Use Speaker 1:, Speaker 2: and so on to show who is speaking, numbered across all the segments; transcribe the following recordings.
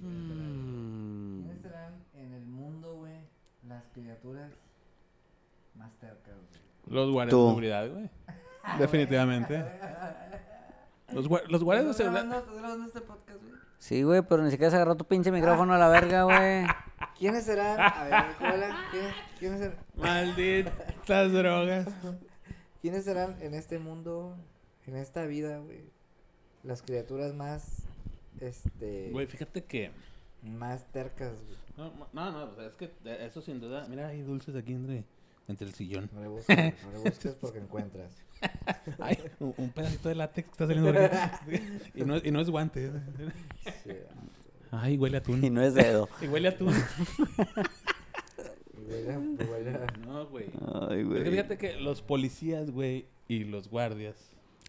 Speaker 1: Mm.
Speaker 2: criaturas más tercas, güey.
Speaker 3: Los guardias
Speaker 4: Tú.
Speaker 3: de seguridad, güey. Definitivamente. Los, gua- los guardias de
Speaker 2: ¿Estás
Speaker 3: seguridad.
Speaker 2: grabando, estás grabando este podcast, güey?
Speaker 1: Sí, güey, pero ni siquiera se agarró tu pinche micrófono a la verga, güey.
Speaker 2: ¿Quiénes serán? A ver, Joela, ¿quién- ¿quiénes serán?
Speaker 3: Malditas drogas.
Speaker 2: ¿Quiénes serán en este mundo, en esta vida, güey? Las criaturas más, este,
Speaker 3: Güey, fíjate que.
Speaker 2: más tercas, güey.
Speaker 3: No, no, no, o sea, es que de- eso sin duda. Mira, hay dulces aquí entre, entre el sillón.
Speaker 2: No le busques, güey, no le busques porque encuentras.
Speaker 3: Ay, un, un pedacito de látex que está saliendo por aquí. Y no, y no es guante.
Speaker 2: Sí,
Speaker 3: Ay, huele a
Speaker 1: Y
Speaker 3: atún.
Speaker 1: no es dedo.
Speaker 3: Y huele a atún.
Speaker 2: huele, a- huele a-
Speaker 3: No, güey.
Speaker 1: Ay,
Speaker 3: Es que
Speaker 1: Ah, güey.
Speaker 3: fíjate que los policías, güey, y los guardias.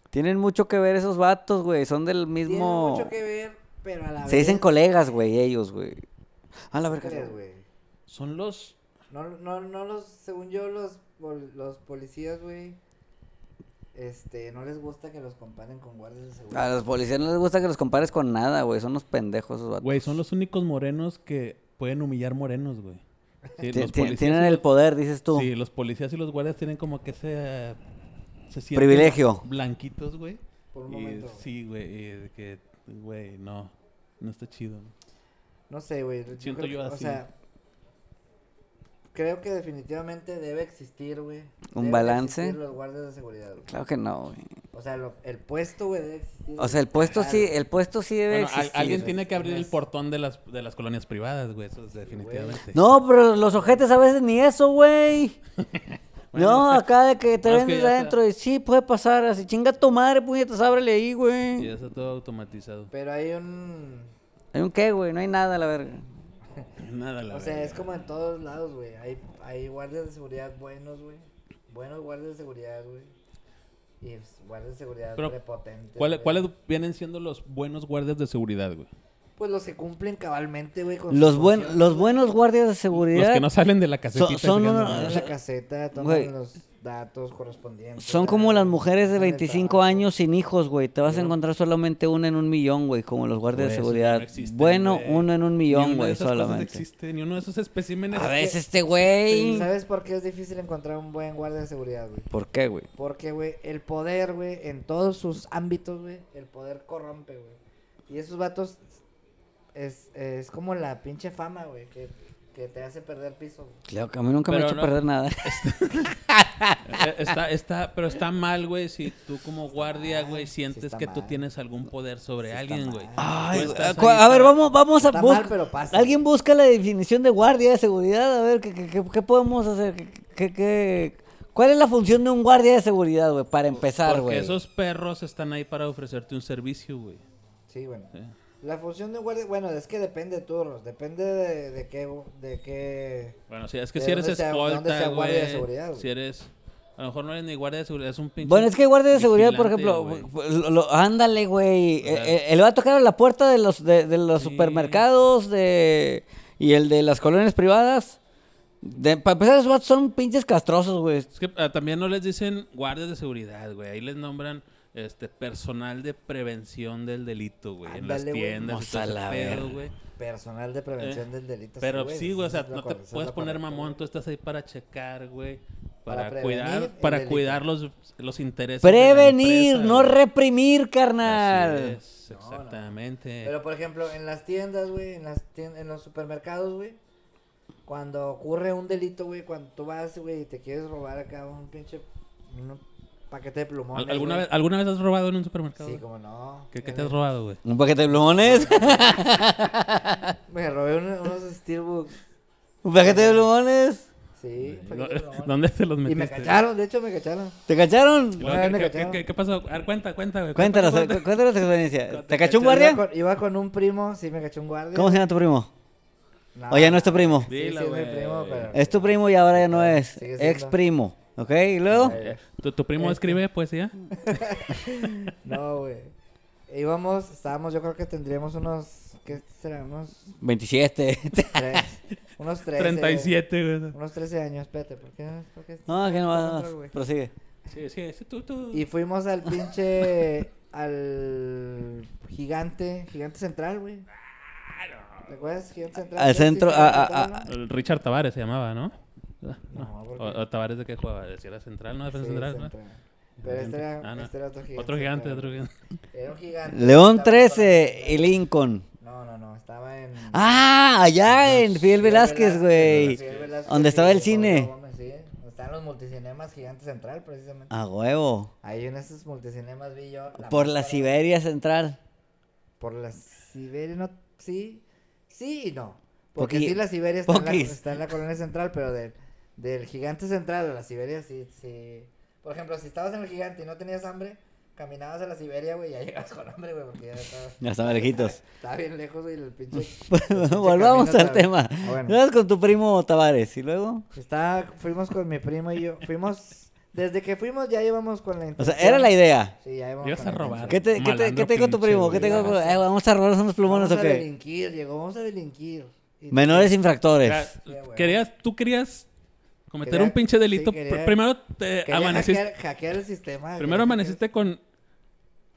Speaker 1: Tienen mucho que ver esos vatos, güey. Son del
Speaker 2: Tiene
Speaker 1: mismo.
Speaker 2: mucho que ver, pero a la vez.
Speaker 1: Se dicen colegas, güey, ellos, güey. A la
Speaker 2: ¿Tú
Speaker 1: verga.
Speaker 2: crees, güey?
Speaker 3: Son los.
Speaker 2: No, no, no los, según yo, los, pol- los policías, güey, este, no les gusta que los comparen con guardias de
Speaker 1: A
Speaker 2: seguridad.
Speaker 1: los policías no les gusta que los compares con nada, güey. Son unos pendejos esos vatos.
Speaker 3: Güey, son los únicos morenos que pueden humillar morenos, güey. Sí,
Speaker 1: Ti-
Speaker 3: los
Speaker 1: ti-
Speaker 3: policías
Speaker 1: Tienen
Speaker 3: y
Speaker 1: el
Speaker 3: los-
Speaker 1: poder, dices tú.
Speaker 3: Sí, los policías y los guardias tienen como que ese. eh, se sienten
Speaker 1: Privilegio.
Speaker 3: Blanquitos, güey.
Speaker 2: Por un
Speaker 3: Y
Speaker 2: momento.
Speaker 3: sí, güey, y de que, güey, no. No está chido.
Speaker 2: No sé, güey. yo
Speaker 3: Siento
Speaker 2: creo
Speaker 3: yo
Speaker 2: que-
Speaker 3: así.
Speaker 2: O sea, creo que definitivamente debe existir, güey.
Speaker 1: ¿Un
Speaker 2: Deben
Speaker 1: balance?
Speaker 2: existir los guardias de seguridad, güey.
Speaker 1: Claro que no, güey.
Speaker 2: O sea, lo- el puesto, güey, debe existir.
Speaker 1: O sea, el puesto sí, eh. el puesto sí debe
Speaker 3: Bueno, al-
Speaker 1: existir.
Speaker 3: alguien tiene que abrir el
Speaker 2: Tienes-
Speaker 3: portón de las, de las colonias privadas, güey. Eso es definitivamente.
Speaker 1: No, pero los ojetes a veces ni eso, güey. no, acá de que te
Speaker 3: Bueno, es que
Speaker 1: vendes
Speaker 3: ya está.
Speaker 1: adentro y sí, puede pasar así. Chinga tu madre, puñetas, ábrele ahí,
Speaker 3: Y
Speaker 1: güey.
Speaker 3: ya está todo automatizado.
Speaker 2: Pero hay un...
Speaker 1: Hay un qué, güey, no hay nada, la verga.
Speaker 3: Nada, la
Speaker 2: O sea,
Speaker 3: verga.
Speaker 2: es como en todos lados, güey. Hay, hay guardias de seguridad buenos, güey. Buenos guardias de seguridad, güey. Y pues, guardias de seguridad
Speaker 3: Pero,
Speaker 2: prepotentes.
Speaker 3: ¿Cuál-
Speaker 2: güey.
Speaker 3: ¿Cuáles vienen siendo los buenos guardias de seguridad, güey?
Speaker 2: Pues los que cumplen cabalmente, güey. con
Speaker 1: Los,
Speaker 2: sus
Speaker 1: buen,
Speaker 2: funciones,
Speaker 1: los
Speaker 2: güey.
Speaker 1: buenos guardias de
Speaker 3: Los
Speaker 1: seguridad
Speaker 3: que no salen de la
Speaker 1: Son-
Speaker 3: casetita.
Speaker 1: son
Speaker 3: checando,
Speaker 1: unos-
Speaker 3: ¿no?
Speaker 2: Van a la caseta, toman
Speaker 1: Güey.
Speaker 2: los datos correspondientes.
Speaker 1: son como las
Speaker 2: tal,
Speaker 1: mujeres de
Speaker 2: hacen el
Speaker 1: 25
Speaker 2: trabajo.
Speaker 1: años sin hijos, güey. Te vas a
Speaker 2: Yo no-
Speaker 1: encontrar solamente una en un millón, güey, como los guardias de
Speaker 3: Güey, esos ya
Speaker 1: seguridad.
Speaker 3: no existen,
Speaker 1: bueno,
Speaker 3: güey.
Speaker 1: uno en un
Speaker 3: Ni
Speaker 1: millón,
Speaker 3: una de
Speaker 1: güey,
Speaker 3: esas cosas
Speaker 1: solamente.
Speaker 3: existe, ni uno de esos especímenes.
Speaker 1: A veces este güey.
Speaker 2: ¿Sabes por qué es difícil encontrar un buen guardia de seguridad, güey?
Speaker 1: ¿Por qué, güey?
Speaker 2: Porque, güey, el poder, güey, en todos sus ámbitos, güey, el poder corrompe, güey. Y esos vatos es, es como la pinche fama, güey, que, que te hace perder piso. güey.
Speaker 1: Claro que a mí nunca me ha
Speaker 3: Pero
Speaker 1: hecho
Speaker 3: no-
Speaker 1: perder nada.
Speaker 3: Eh, Está, está, pero está mal, güey, si tú como guardia, güey, sientes
Speaker 2: está
Speaker 3: que tú
Speaker 2: mal.
Speaker 3: tienes algún poder sobre
Speaker 2: Sí está
Speaker 3: alguien,
Speaker 2: mal. Ah,
Speaker 3: güey.
Speaker 1: Ay,
Speaker 3: Tú
Speaker 1: güey, Pues,
Speaker 3: estás
Speaker 1: ah, cu-
Speaker 3: ahí
Speaker 1: a ver,
Speaker 3: para-
Speaker 1: vamos, vamos a
Speaker 2: Está mal,
Speaker 1: busca-
Speaker 2: pero pasa.
Speaker 1: Alguien busca la definición de guardia de seguridad, a ver, ¿qué, qué- qué- qué podemos hacer? ¿Qué- qué- qué- ¿Cuál es la función de un guardia de seguridad, güey? Para empezar,
Speaker 3: Porque
Speaker 1: güey.
Speaker 3: esos perros están ahí para ofrecerte un servicio, güey. Eh,
Speaker 2: Sí, bueno.
Speaker 3: Sí.
Speaker 2: La función de un guardia, bueno, es que depende de turnos, depende de, de qué, de qué...
Speaker 3: Bueno, sí, es que
Speaker 2: ¿De
Speaker 3: si eres
Speaker 2: dónde sea- de dónde
Speaker 3: escolta,
Speaker 2: sea guardia de
Speaker 3: güey.
Speaker 2: seguridad, güey?
Speaker 3: Si eres. A lo mejor no eres ni guardia de seguridad, es un pinche.
Speaker 1: Bueno, es que guardia de seguridad, por
Speaker 3: vigilante,
Speaker 1: ejemplo,
Speaker 3: güey.
Speaker 1: lo- lo- ándale, güey.
Speaker 3: O sea-
Speaker 1: Eh, eh, El, va a tocar a la puerta de los, de, de los
Speaker 3: Sí.
Speaker 1: supermercados de, y el de las colonias privadas. De, para empezar, esos vatos son pinches castrosos, güey.
Speaker 3: Es que ah, también no les dicen guardias de seguridad, güey. Ahí les nombran este personal de prevención del delito, güey. En las
Speaker 2: Ándale, güey.
Speaker 3: tiendas, y
Speaker 1: Vamos
Speaker 3: todo
Speaker 1: a
Speaker 3: ese
Speaker 1: la
Speaker 3: pedo,
Speaker 1: verga.
Speaker 3: güey.
Speaker 2: Personal de prevención
Speaker 3: Eh,
Speaker 2: del delito.
Speaker 3: Pero sí, güey, o
Speaker 2: esa
Speaker 3: sea,
Speaker 2: es la
Speaker 3: no te
Speaker 2: cor- esa es
Speaker 3: puedes
Speaker 2: la
Speaker 3: poner
Speaker 2: correcta,
Speaker 3: mamón,
Speaker 2: güey.
Speaker 3: tú estás ahí para checar, güey.
Speaker 2: Para
Speaker 3: Para,
Speaker 2: prevenir el
Speaker 3: cuidar, para
Speaker 2: delito.
Speaker 3: cuidar los, los intereses. de la
Speaker 1: Prevenir,
Speaker 3: empresa,
Speaker 1: no
Speaker 3: güey.
Speaker 1: reprimir, carnal.
Speaker 3: Así es, exactamente.
Speaker 2: Pero por ejemplo, en las tiendas, güey, en las tien- en los supermercados, güey, cuando ocurre un delito, güey, cuando tú vas, güey, y te quieres robar acá un pinche un paquete de
Speaker 3: ¿Al-
Speaker 2: plumones.
Speaker 3: ¿Alguna,
Speaker 2: pues, güey.
Speaker 3: vez, ¿Alguna vez has robado en un supermercado?
Speaker 2: Sí,
Speaker 3: güey?
Speaker 2: como no.
Speaker 3: ¿Qué, qué
Speaker 2: En
Speaker 3: te has
Speaker 2: el-
Speaker 3: robado, güey?
Speaker 1: Un paquete de plumones.
Speaker 2: Me robé un- unos Steelbooks.
Speaker 1: Un paquete de plumones.
Speaker 2: Sí, un
Speaker 3: No,
Speaker 2: paquete de plumones.
Speaker 3: ¿Dónde te los metiste?
Speaker 2: Y me cacharon, de hecho me cacharon.
Speaker 1: ¿Te cacharon?
Speaker 3: Y luego,
Speaker 2: Una vez me
Speaker 3: ¿Qué, qué-
Speaker 2: cacharon.
Speaker 3: qué- qué pasó? A ver, cuenta, cuenta, güey.
Speaker 1: Cuéntanos,
Speaker 3: Cuenta,
Speaker 1: cu- cuéntanos tu experiencia.
Speaker 3: Cuando
Speaker 1: ¿Te
Speaker 3: te
Speaker 1: cachó un
Speaker 3: cacharon,
Speaker 1: guardia?
Speaker 2: Iba con, iba con un primo, sí me cachó un guardia.
Speaker 1: ¿Cómo se llama tu primo?
Speaker 2: No,
Speaker 1: O ya no es tu primo.
Speaker 2: Sí, sí,
Speaker 3: Dila,
Speaker 2: es mi
Speaker 3: güey.
Speaker 2: primo, pero...
Speaker 1: Es tu primo y ahora ya no es.
Speaker 2: Sigue siendo.
Speaker 1: Ex primo. ¿Ok? ¿Y luego?
Speaker 2: Eh,
Speaker 3: ¿Tu, tu primo escribe pues, poesía?
Speaker 2: No, güey. Íbamos, estábamos, yo creo que tendríamos unos, ¿qué será? Unos
Speaker 1: 27.
Speaker 2: Tres. unos 13.
Speaker 3: 37, güey.
Speaker 2: Unos 13 años, espérate, ¿por qué? por qué-
Speaker 1: No, que no
Speaker 2: por
Speaker 1: va.
Speaker 2: otro, güey?
Speaker 1: Prosigue.
Speaker 3: Sí, sí, sí, tú, tú.
Speaker 2: Y fuimos al pinche. al. gigante, gigante central, güey. ¿Te acuerdas? Gigante central.
Speaker 1: Al
Speaker 2: ¿sí?
Speaker 1: centro,
Speaker 2: ¿Sí, sí,
Speaker 1: a- a-
Speaker 2: central,
Speaker 1: a-
Speaker 3: Ah,
Speaker 2: no?
Speaker 3: El Richard Tavares se llamaba, ¿no?
Speaker 2: No, porque-
Speaker 3: O, o Tavares de qué jugaba, si era central, no defensa
Speaker 2: Sí,
Speaker 3: central, ¿no?
Speaker 2: central. Pero este era,
Speaker 3: Ah, no.
Speaker 2: este era otro gigante.
Speaker 3: Otro gigante,
Speaker 2: pero-
Speaker 3: otro gigante.
Speaker 2: Era un gigante.
Speaker 1: León
Speaker 2: estaba en
Speaker 1: 13 y Lincoln.
Speaker 2: No, no, no, estaba en...
Speaker 1: Ah, allá en Fidel Velázquez, güey.
Speaker 2: Fidel Velázquez
Speaker 1: ¿Dónde estaba
Speaker 2: y
Speaker 1: el cine?
Speaker 2: Rodrigo Gómez, sí. Donde Están los multicinemas Gigante Central, precisamente.
Speaker 1: A huevo.
Speaker 2: Ahí en esos multicinemas vi yo...
Speaker 1: Por la
Speaker 2: máscara.
Speaker 1: Siberia Central.
Speaker 2: Por la Siberia, no, sí, sí y no.
Speaker 1: Porque-
Speaker 2: Porque sí la Siberia está en la,
Speaker 1: Poquis.
Speaker 2: está en la colonia central, pero del, del gigante central a la Siberia sí, sí. Por ejemplo, si estabas en el gigante y no tenías hambre, caminabas a la Siberia, güey, y ya llegabas con hambre, güey, porque ya estaba...
Speaker 1: Ya estaba lejitos. Pues,
Speaker 2: Estaba bien lejos, güey, el pinche... el pinche
Speaker 1: Volvamos al
Speaker 2: camino otra vez.
Speaker 1: tema.
Speaker 2: Ah, bueno.
Speaker 1: ¿No eras con tu primo Tavares? ¿Y luego?
Speaker 2: Está, fuimos con mi primo y yo, fuimos, desde que fuimos ya íbamos con la
Speaker 1: O sea, era la idea.
Speaker 2: Sí, ya íbamos
Speaker 3: Ibas
Speaker 2: con
Speaker 3: a
Speaker 2: la
Speaker 3: robar.
Speaker 1: ¿Qué
Speaker 2: intención.
Speaker 1: te, qué te, qué
Speaker 3: Malandro
Speaker 1: te dijo tu
Speaker 3: pinche,
Speaker 1: primo? ¿Qué
Speaker 3: güey.
Speaker 1: te dijo? Eh, vamos a robar unos plumones o
Speaker 2: Vamos a
Speaker 1: qué.
Speaker 2: delinquir, llegó, vamos a delinquir. Y-
Speaker 1: Menores infractores.
Speaker 3: Ya,
Speaker 2: güey.
Speaker 3: querías, tú querías cometer
Speaker 2: Quería-
Speaker 3: un pinche delito.
Speaker 2: sí,
Speaker 3: pr-
Speaker 2: quería-
Speaker 3: primero te
Speaker 2: Quería
Speaker 3: amaneciste,
Speaker 2: hackear, hackear el sistema.
Speaker 3: primero
Speaker 2: quería
Speaker 3: amaneciste con...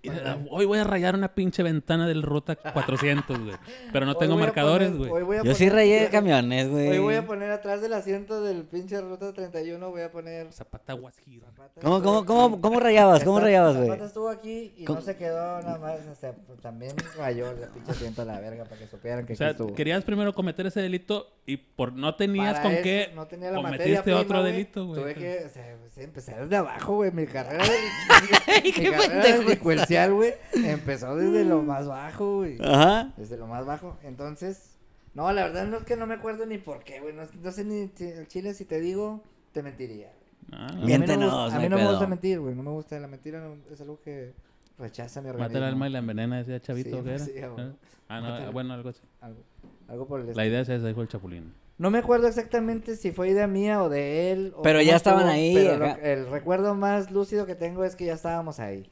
Speaker 3: y-
Speaker 2: Ajá.
Speaker 3: Hoy voy a rayar una pinche ventana del Ruta 400, güey. Pero no
Speaker 2: Hoy
Speaker 3: tengo
Speaker 2: voy a
Speaker 3: marcadores,
Speaker 2: poner-
Speaker 3: güey.
Speaker 2: hoy voy a
Speaker 1: Yo sí
Speaker 2: poner-
Speaker 1: rayé camiones, güey.
Speaker 2: Hoy voy a poner atrás del asiento del pinche Ruta 31, voy a poner...
Speaker 3: Zapata Guajira.
Speaker 2: Zapata
Speaker 1: ¿Cómo,
Speaker 2: estuvo
Speaker 1: cómo, cómo,
Speaker 2: aquí.
Speaker 1: cómo rayabas? ¿Cómo
Speaker 2: Zapata-
Speaker 1: rayabas, güey?
Speaker 2: Zapata estuvo aquí y
Speaker 1: ¿Cómo?
Speaker 2: no se quedó nada más, o sea, pues, también rayó el pinche asiento a la verga para que supieran que
Speaker 3: O sea,
Speaker 2: aquí estuvo.
Speaker 3: querías primero cometer ese delito y por no tenías
Speaker 2: Para
Speaker 3: con
Speaker 2: eso
Speaker 3: qué
Speaker 2: no tenía la materia
Speaker 3: cometiste
Speaker 2: prima,
Speaker 3: otro
Speaker 2: güey.
Speaker 3: delito, güey.
Speaker 2: Tuve que, o sea, pues, empezar desde abajo, güey. Mi carrera, mi
Speaker 1: qué
Speaker 2: carrera
Speaker 1: pendejo.
Speaker 2: delincuencial, güey, empezó desde
Speaker 3: Mm.
Speaker 2: lo más bajo, güey.
Speaker 1: Ajá.
Speaker 2: Desde lo más bajo. Entonces, no, la verdad no es que no me acuerdo ni por qué, güey. No, no sé ni, si- al chile, si te digo, te mentiría. A
Speaker 3: Ah,
Speaker 2: mí no me
Speaker 1: Miéntenos,
Speaker 2: gusta-
Speaker 1: no
Speaker 2: A
Speaker 1: hay
Speaker 2: mí no me
Speaker 1: pedo.
Speaker 2: gusta mentir, güey. No me gusta la mentira, no- es algo que rechaza mi organismo.
Speaker 3: Mata el alma y la envenena, decía Chavito,
Speaker 2: Sí,
Speaker 3: que era?
Speaker 2: sí, a huevo.
Speaker 3: ah, no,
Speaker 2: Mátala.
Speaker 3: bueno, algo así.
Speaker 2: Algo, algo por el
Speaker 3: La
Speaker 2: estilo.
Speaker 3: idea es esa, dijo el Chapulín.
Speaker 2: No me acuerdo exactamente si fue idea mía o de él. o
Speaker 1: Pero
Speaker 2: cómo
Speaker 1: ya estaban
Speaker 2: estuvo,
Speaker 1: ahí,
Speaker 2: pero lo-
Speaker 1: ajá.
Speaker 2: el recuerdo más lúcido que tengo es que ya estábamos ahí.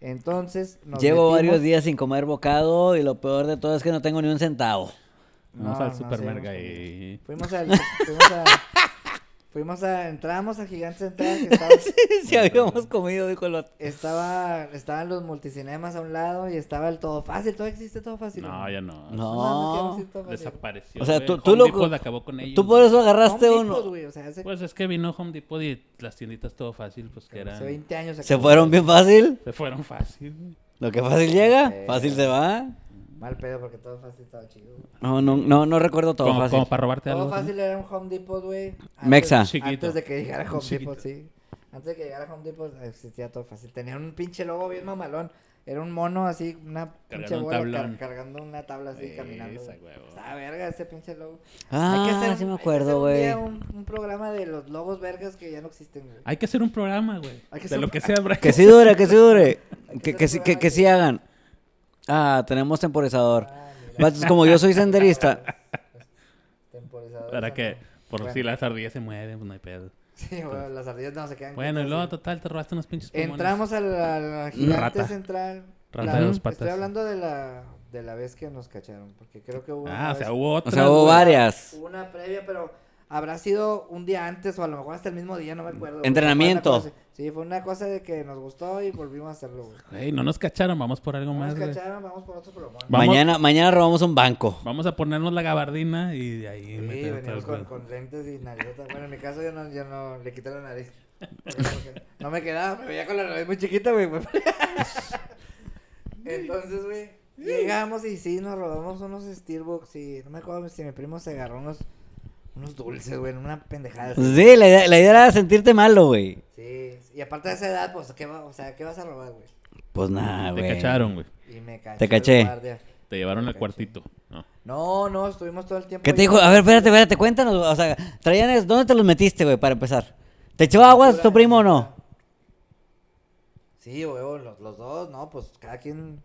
Speaker 2: Entonces, nos
Speaker 1: Llevo
Speaker 2: metimos-
Speaker 1: varios días sin comer bocado y lo peor de todo es que no tengo ni un centavo.
Speaker 2: No,
Speaker 3: Vamos
Speaker 2: no,
Speaker 3: al
Speaker 2: sí,
Speaker 3: supermercado
Speaker 2: vamos con-
Speaker 3: y...
Speaker 2: Fuimos al. Fuimos a. Fuimos a. Entramos al Gigante Central. Que estaba,
Speaker 1: si habíamos comido, dijo el otro.
Speaker 2: estaba- estaban los multicinemas a un lado y estaba el todo fácil. Todo existe todo fácil.
Speaker 3: No,
Speaker 2: güey.
Speaker 3: ya
Speaker 1: No.
Speaker 3: no.
Speaker 2: no, no existe Todo Fácil.
Speaker 3: Desapareció.
Speaker 1: O sea,
Speaker 3: güey.
Speaker 1: tú-
Speaker 3: Home
Speaker 1: tú lo-
Speaker 3: Depot acabó con ellos.
Speaker 1: Tú por eso agarraste
Speaker 2: Son tipos,
Speaker 1: uno.
Speaker 2: güey, o sea, hace,
Speaker 3: Pues es que vino Home Depot y las tienditas todo fácil, pues que
Speaker 2: hace
Speaker 3: eran...
Speaker 2: 20 años.
Speaker 1: Se
Speaker 2: acabó.
Speaker 1: fueron bien fácil.
Speaker 3: Se fueron fácil, güey.
Speaker 1: Lo que fácil llega,
Speaker 2: Sí.
Speaker 1: fácil se va.
Speaker 2: Mal pedo porque todo fácil estaba chido. güey.
Speaker 1: No, no, no, no recuerdo todo
Speaker 3: Como,
Speaker 1: fácil.
Speaker 3: como para robarte
Speaker 2: Todo
Speaker 3: algo. ¿no?
Speaker 2: Oh, fácil era un Home Depot, güey. Antes-
Speaker 1: Mexa.
Speaker 3: Chiquito.
Speaker 2: Antes de que llegara Home
Speaker 3: Chiquito.
Speaker 2: Depot, sí. Antes de que llegara Home Depot eh, existía todo fácil. Tenía un pinche logo bien mamalón. Era un mono así, una pinche
Speaker 3: un
Speaker 2: bola car-
Speaker 3: tablón.
Speaker 2: cargando una tabla así,
Speaker 3: Esa,
Speaker 2: caminando.
Speaker 3: huevo.
Speaker 2: Está verga ese pinche logo.
Speaker 1: Ah,
Speaker 2: un-
Speaker 1: sí me
Speaker 2: hay que
Speaker 1: acuerdo, güey.
Speaker 2: hacer un día Un, un programa de los logos vergas que ya no existen, güey.
Speaker 3: Hay que hacer un programa, güey.
Speaker 2: Hay que
Speaker 3: De
Speaker 2: hacer
Speaker 3: lo
Speaker 2: un-
Speaker 3: que sea, Brian.
Speaker 1: Que sí dure, que sí dure.
Speaker 2: Hay que
Speaker 1: Que,
Speaker 2: hacer
Speaker 1: que, sí- que,
Speaker 2: programas
Speaker 1: que
Speaker 2: de-
Speaker 1: sí hagan. Ah, tenemos temporizador.
Speaker 2: Ah, mira.
Speaker 1: Vatos, Como yo soy senderista.
Speaker 2: Temporizador.
Speaker 3: Para
Speaker 2: eso
Speaker 3: que,
Speaker 2: no.
Speaker 3: por
Speaker 2: Bueno.
Speaker 3: si las ardillas se mueven, pues no hay pedo.
Speaker 2: Sí, bueno, las ardillas no se quedan.
Speaker 3: Bueno, y
Speaker 2: quietas,
Speaker 3: luego,
Speaker 2: sí.
Speaker 3: total, te robaste unos pinches plumones.
Speaker 2: Entramos a la, a la gigante
Speaker 3: Rata.
Speaker 2: central.
Speaker 3: Rata
Speaker 2: La-
Speaker 3: de dos
Speaker 2: Estoy
Speaker 3: patas.
Speaker 2: hablando de la, de la vez que nos cacharon, porque creo que hubo,
Speaker 3: Ah,
Speaker 2: una
Speaker 3: o sea,
Speaker 2: vez-
Speaker 3: hubo
Speaker 1: O
Speaker 3: otra.
Speaker 1: sea, hubo varias.
Speaker 2: hubo una previa, pero habrá sido un día antes o a lo mejor hasta el mismo día, no me acuerdo. güey.
Speaker 1: Entrenamiento.
Speaker 2: Fue una cosa- sí, fue una cosa de que nos gustó y volvimos a hacerlo. güey.
Speaker 3: Güey, no nos cacharon, vamos por algo
Speaker 2: No
Speaker 3: más,
Speaker 2: nos
Speaker 3: güey.
Speaker 2: cacharon, vamos por otro plomón.
Speaker 3: Vamos.
Speaker 1: Mañana, mañana robamos un banco.
Speaker 3: Vamos a ponernos la gabardina y de ahí
Speaker 2: Sí,
Speaker 3: meter todo el
Speaker 2: venimos con,
Speaker 3: pedo.
Speaker 2: con lentes y narizota. Bueno, en mi caso yo no, yo no le quité la nariz. Porque No me quedaba, me veía con la nariz muy chiquita, güey. pues. Entonces, güey, llegamos y sí, nos robamos unos Steelbooks y no me acuerdo si mi primo se agarró unos, unos dulces, güey, en una pendejada. así.
Speaker 1: Sí, la idea, la idea era sentirte malo, güey.
Speaker 2: Sí, y aparte de esa edad, pues, ¿qué, va- o sea, ¿qué vas a robar, güey?
Speaker 1: Pues nada,
Speaker 3: Te
Speaker 1: güey.
Speaker 3: cacharon, güey.
Speaker 2: Y me caché.
Speaker 1: Te
Speaker 2: el
Speaker 1: caché.
Speaker 2: guardia.
Speaker 3: Te llevaron al
Speaker 2: caché.
Speaker 3: cuartito. No.
Speaker 2: No, no, estuvimos todo el tiempo.
Speaker 1: ¿Qué te
Speaker 2: ahí.
Speaker 1: dijo? A ver, espérate, espérate, cuéntanos. O sea, traían es- ¿dónde te los metiste, güey, para empezar? ¿Te echó aguas tu primo o no?
Speaker 2: Sí, huevo, los, los dos, no, pues cada quien,